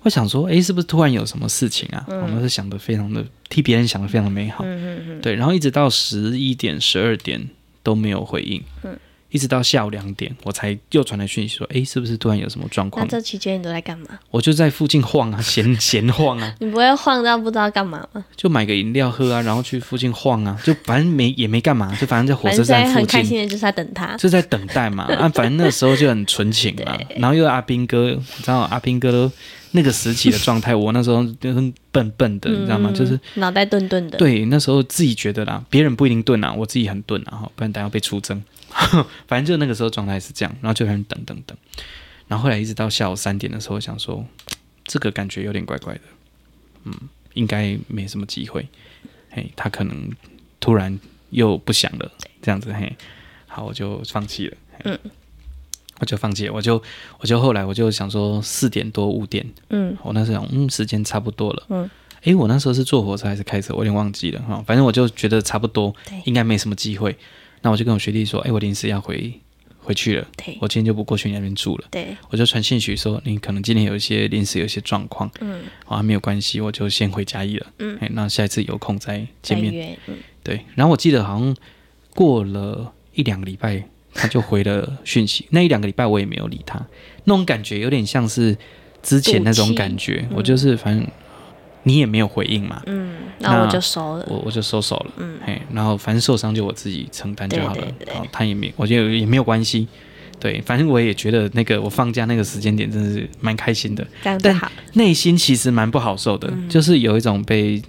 Speaker 1: 我想说，哎，是不是突然有什么事情啊？我们是想的非常的替别人想的非常的美好，
Speaker 2: 嗯嗯嗯
Speaker 1: 对。然后一直到十一点、十二点都没有回应，
Speaker 2: 嗯
Speaker 1: 一直到下午两点，我才又传来讯息说，哎，是不是突然有什么状
Speaker 2: 那
Speaker 1: 况？
Speaker 2: 这期间你都在干嘛？
Speaker 1: 我就在附近晃啊，闲 闲晃啊，
Speaker 2: 你不会晃到不知道干嘛吗？
Speaker 1: 就买个饮料喝啊，然后去附近晃啊，就反正没也没干嘛，就反正在火
Speaker 2: 反
Speaker 1: 车
Speaker 2: 正现
Speaker 1: 站
Speaker 2: 在
Speaker 1: 附
Speaker 2: 很开
Speaker 1: 近
Speaker 2: 心的就是在等他，
Speaker 1: 就在等待嘛。啊，反正那时候就很纯情嘛。然后又有阿兵哥，你知道阿兵哥都那个时期的状态，我那时候就是笨笨的，你知道吗？就是
Speaker 2: 嗯脑袋钝钝的。
Speaker 1: 对，那时候自己觉得啦，别人不一定钝啊，我自己很钝啊，哈不然等下被出征。 反正就那个时候状态是这样，然后就在那边等等等，然后后来一直到下午三点的时候，想说这个感觉有点怪怪的，嗯，应该没什么机会。嘿，他可能突然又不响了，这样子嘿，好，我就放弃了。嗯，我就放弃了，我就我就后来我就想说四点多五点，
Speaker 2: 嗯，
Speaker 1: 我那时候想，嗯，时间差不多了。
Speaker 2: 嗯，
Speaker 1: 诶，我那时候是坐火车还是开车？我有点忘记了哈。反正我就觉得差不多
Speaker 2: 对，
Speaker 1: 应该没什么机会。那我就跟我学弟说，诶，我临时要回回去了，
Speaker 2: 对
Speaker 1: 我今天就不过去你那边住了。
Speaker 2: 对，
Speaker 1: 我就传信息说，你可能今天有一些临时有一些状况，
Speaker 2: 嗯，
Speaker 1: 啊、没有关系，我就先回嘉义了。嗯，那下一次有空再
Speaker 2: 再
Speaker 1: 见面。
Speaker 2: 约，嗯，
Speaker 1: 对，然后我记得好像过了一两个礼拜，他就回了讯 息。那一两个礼拜我也没有理他，那种感觉有点像是之前那种感觉。我就是反正你也没有回应嘛，
Speaker 2: 嗯，那我
Speaker 1: 那
Speaker 2: 就熟了，
Speaker 1: 我我就收手了。嗯，嘿，然后反正受伤就我自己承担就好了。
Speaker 2: 对对对
Speaker 1: 好，他也没，我觉得也没有关系。对，反正我也觉得那个我放假那个时间点真的是蛮开心的。
Speaker 2: 这样就
Speaker 1: 但
Speaker 2: 好。
Speaker 1: 内心其实蛮不好受的，就是有一种被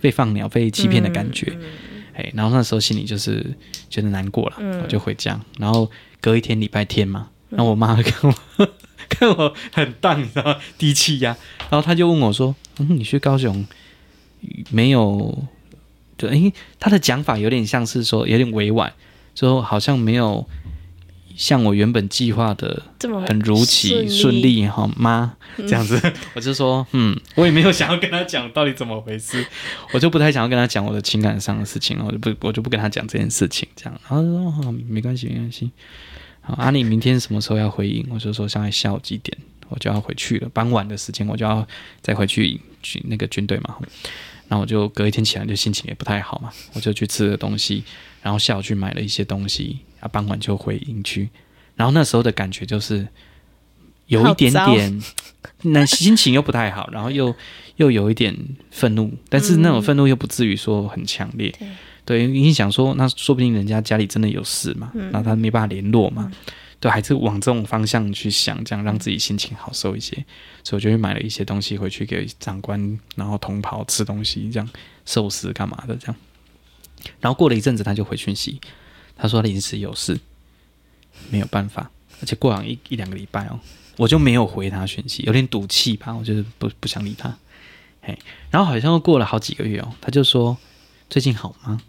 Speaker 1: 被放鸟、被欺骗的感觉。哎、然后那时候心里就是觉得难过了，我就回家。然后隔一天礼拜天嘛，然后我妈看我、 看我很荡，你知道吗？低气压。然后她就问我说：“嗯，你去高雄没有？”对，因为她的讲法有点像是说有点委婉，说好像没有像我原本计划的
Speaker 2: 这么
Speaker 1: 很如期顺，利嗯哈妈这样 子，我就说嗯，我也没有想要跟他讲到底怎么回事， 我就不太想要跟他讲我的情感上的事情，我就不我就不跟他讲这件事情，这样，然后他说好、没关系没关系，好，啊你明天什么时候要回应？我就说大概下午几点我就要回去了，傍晚的时间我就要再回去去那个军队嘛，然后我就隔一天起来就心情也不太好嘛，我就去吃了东西，然后下午去买了一些东西，啊傍晚就回营区，然后那时候的感觉就是有一点
Speaker 2: 好糟
Speaker 1: 点，那心情又不太好，然后又又有一点愤怒，但是那种愤怒又不至于说很强烈。
Speaker 2: 嗯
Speaker 1: 对，你想说，那说不定人家家里真的有事嘛，
Speaker 2: 嗯
Speaker 1: 那他没办法联络嘛，对，还是往这种方向去想，这样让自己心情好受一些。所以我就去买了一些东西回去给长官，然后同袍吃东西，这样寿司干嘛的这样。然后过了一阵子，他就回讯息，他说临时有事，没有办法，而且过了一一两个礼拜哦，我就没有回他讯息，有点赌气吧，我就是不不想理他。嘿，然后好像又过了好几个月哦，他就说最近好吗？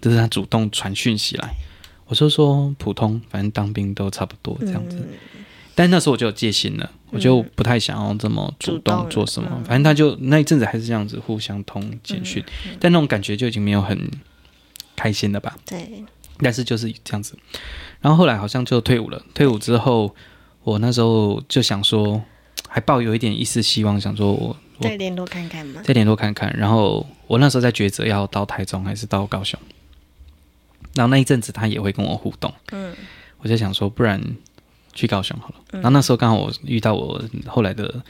Speaker 1: 这是他主动传讯息来，我就说普通，反正当兵都差不多这样子。但那时候我就有戒心了，我就不太想要这么主动做什么。反正他就那一阵子还是这样子互相通简讯，但那种感觉就已经没有很开心了吧？
Speaker 2: 对，
Speaker 1: 但是就是这样子。然后后来好像就退伍了，退伍之后，我那时候就想说，还抱有一点一丝希望，想说我我
Speaker 2: 再联络看看嘛。
Speaker 1: 再联络看看。然后我那时候在抉择要到台中还是到高雄，然后那一阵子他也会跟我互动，
Speaker 2: 嗯
Speaker 1: 我就想说，不然去高雄好了。然后那时候刚好我遇到我后来的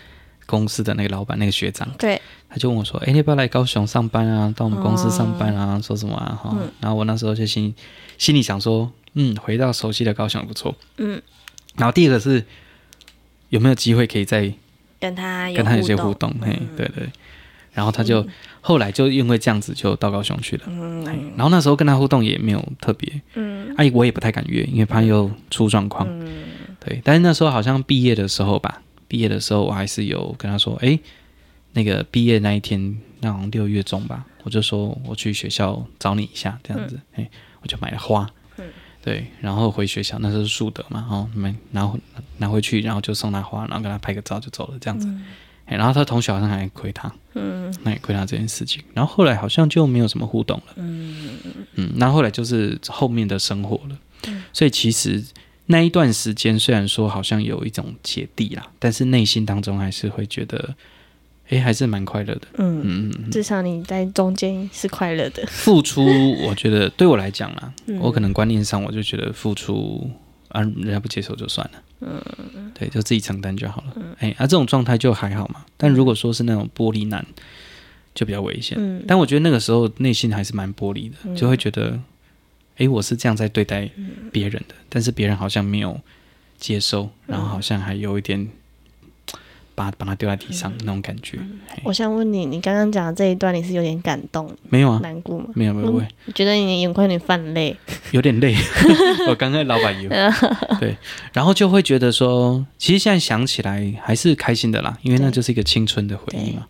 Speaker 1: 公司的那个老板那个学长，
Speaker 2: 对，
Speaker 1: 他就问我说：“哎、你要不要来高雄上班啊？到我们公司上班啊？说什么啊？”哈、然后我那时候就心心里想说：“嗯，回到熟悉的高雄不错。”
Speaker 2: 嗯，
Speaker 1: 然后第二个是有没有机会可以再
Speaker 2: 跟他有
Speaker 1: 跟他有些互
Speaker 2: 互动，嗯
Speaker 1: 动？嘿，对对。然后他就、后来就因为这样子就到高雄去了。嘿然后那时候跟他互动也没有特别，
Speaker 2: 哎嗯
Speaker 1: 哎、我也不太敢约，因为怕又出状况。
Speaker 2: 嗯
Speaker 1: 对，但是那时候好像毕业的时候吧，毕业的时候我还是有跟他说，哎，那个毕业那一天，那好像六月中吧，我就说我去学校找你一下，这样子，哎、我就买了花，
Speaker 2: 嗯
Speaker 1: 对，然后回学校，那时候是树德嘛，哦，买拿回拿回去，然后就送他花，然后跟他拍个照就走了，这样子，哎、然后他同学好像还亏他，
Speaker 2: 嗯
Speaker 1: 那也亏他这件事情，然后后来好像就没有什么互动了。
Speaker 2: 嗯，
Speaker 1: 嗯，那后来就是后面的生活了。所以其实那一段时间虽然说好像有一种芥蒂啦，但是内心当中还是会觉得，诶，还是蛮快乐的。
Speaker 2: 嗯，
Speaker 1: 嗯，嗯嗯
Speaker 2: 至少你在中间是快乐的。
Speaker 1: 付出，我觉得对我来讲啦，我可能观念上我就觉得付出啊，人家不接受就算了。嗯，对，就自己承担就好了。诶，啊，这种状态就还好嘛。但如果说是那种玻璃男，就比较危险。
Speaker 2: 嗯
Speaker 1: 但我觉得那个时候内心还是蛮玻璃的，就会觉得，诶，我是这样在对待别人的，但是别人好像没有接收，然后好像还有一点把把它丢在地上那种感觉。
Speaker 2: 我想问你，你刚刚讲的这一段，你是有点感动、
Speaker 1: 没有啊，
Speaker 2: 难过吗？
Speaker 1: 没有没有，我也
Speaker 2: 我觉得你的眼眶有点泛泪。
Speaker 1: 有点累，我刚刚老板有对，然后就会觉得说，其实现在想起来还是开心的啦，因为那就是一个青春的回忆嘛。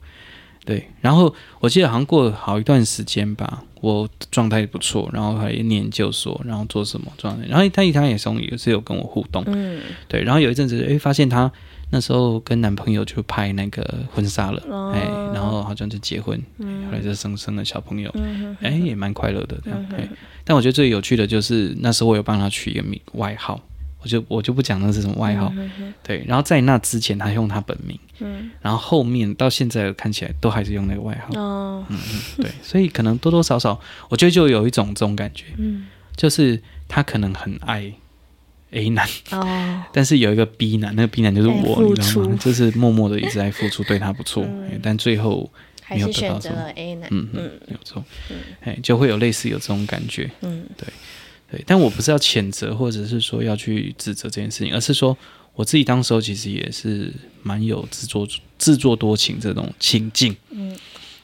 Speaker 1: 对，然后我记得好像过了好一段时间吧，我状态不错，然后还念研究所，然后做什么状态，然后他他也从也是有跟我互动，
Speaker 2: 嗯，
Speaker 1: 对，然后有一阵子诶发现他那时候跟男朋友去拍那个婚纱了，
Speaker 2: 哦
Speaker 1: 哎、然后好像就结婚，哎后来就生生了小朋友，
Speaker 2: 嗯
Speaker 1: 哎、也蛮快乐的这样。哎、但我觉得最有趣的就是那时候我有帮他取一个名外号，我就我就不讲那是什么外号，对。然后在那之前他用他本名，
Speaker 2: 嗯
Speaker 1: 然后后面到现在看起来都还是用那个外号，
Speaker 2: 哦，
Speaker 1: 嗯对。所以可能多多少少，我觉得就有一种这种感觉，
Speaker 2: 嗯
Speaker 1: 就是他可能很爱 A 男，
Speaker 2: 哦，
Speaker 1: 但是有一个 B 男，那个 B 男就是
Speaker 2: 在
Speaker 1: 我，
Speaker 2: 付
Speaker 1: 你知道吗
Speaker 2: 出？
Speaker 1: 就是默默的一直在付出，对他不错，哎但最后
Speaker 2: 还是选择了 A 男。
Speaker 1: 嗯嗯，没有错，哎，就会有类似有这种感觉，
Speaker 2: 嗯，
Speaker 1: 对对，但我不是要谴责或者是说要去指责这件事情，而是说我自己当时候其实也是蛮有自作自作多情这种情境，
Speaker 2: 嗯，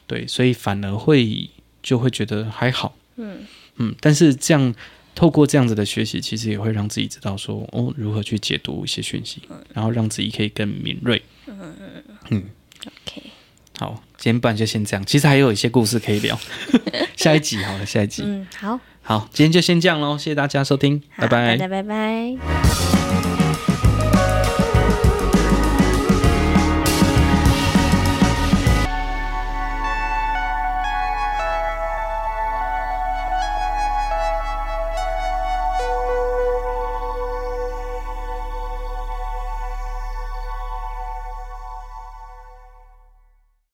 Speaker 1: 对，所以反而会就会觉得还好，
Speaker 2: 嗯
Speaker 1: 嗯，但是这样透过这样子的学习，其实也会让自己知道说哦如何去解读一些讯息，然后让自己可以更敏锐，
Speaker 2: ，OK，
Speaker 1: 好，今天不然就先这样。其实还有一些故事可以聊， 下一集好了，下一集。
Speaker 2: 嗯，好，
Speaker 1: 好，今天就先这样喽，谢谢大家收听，
Speaker 2: 好大家拜拜。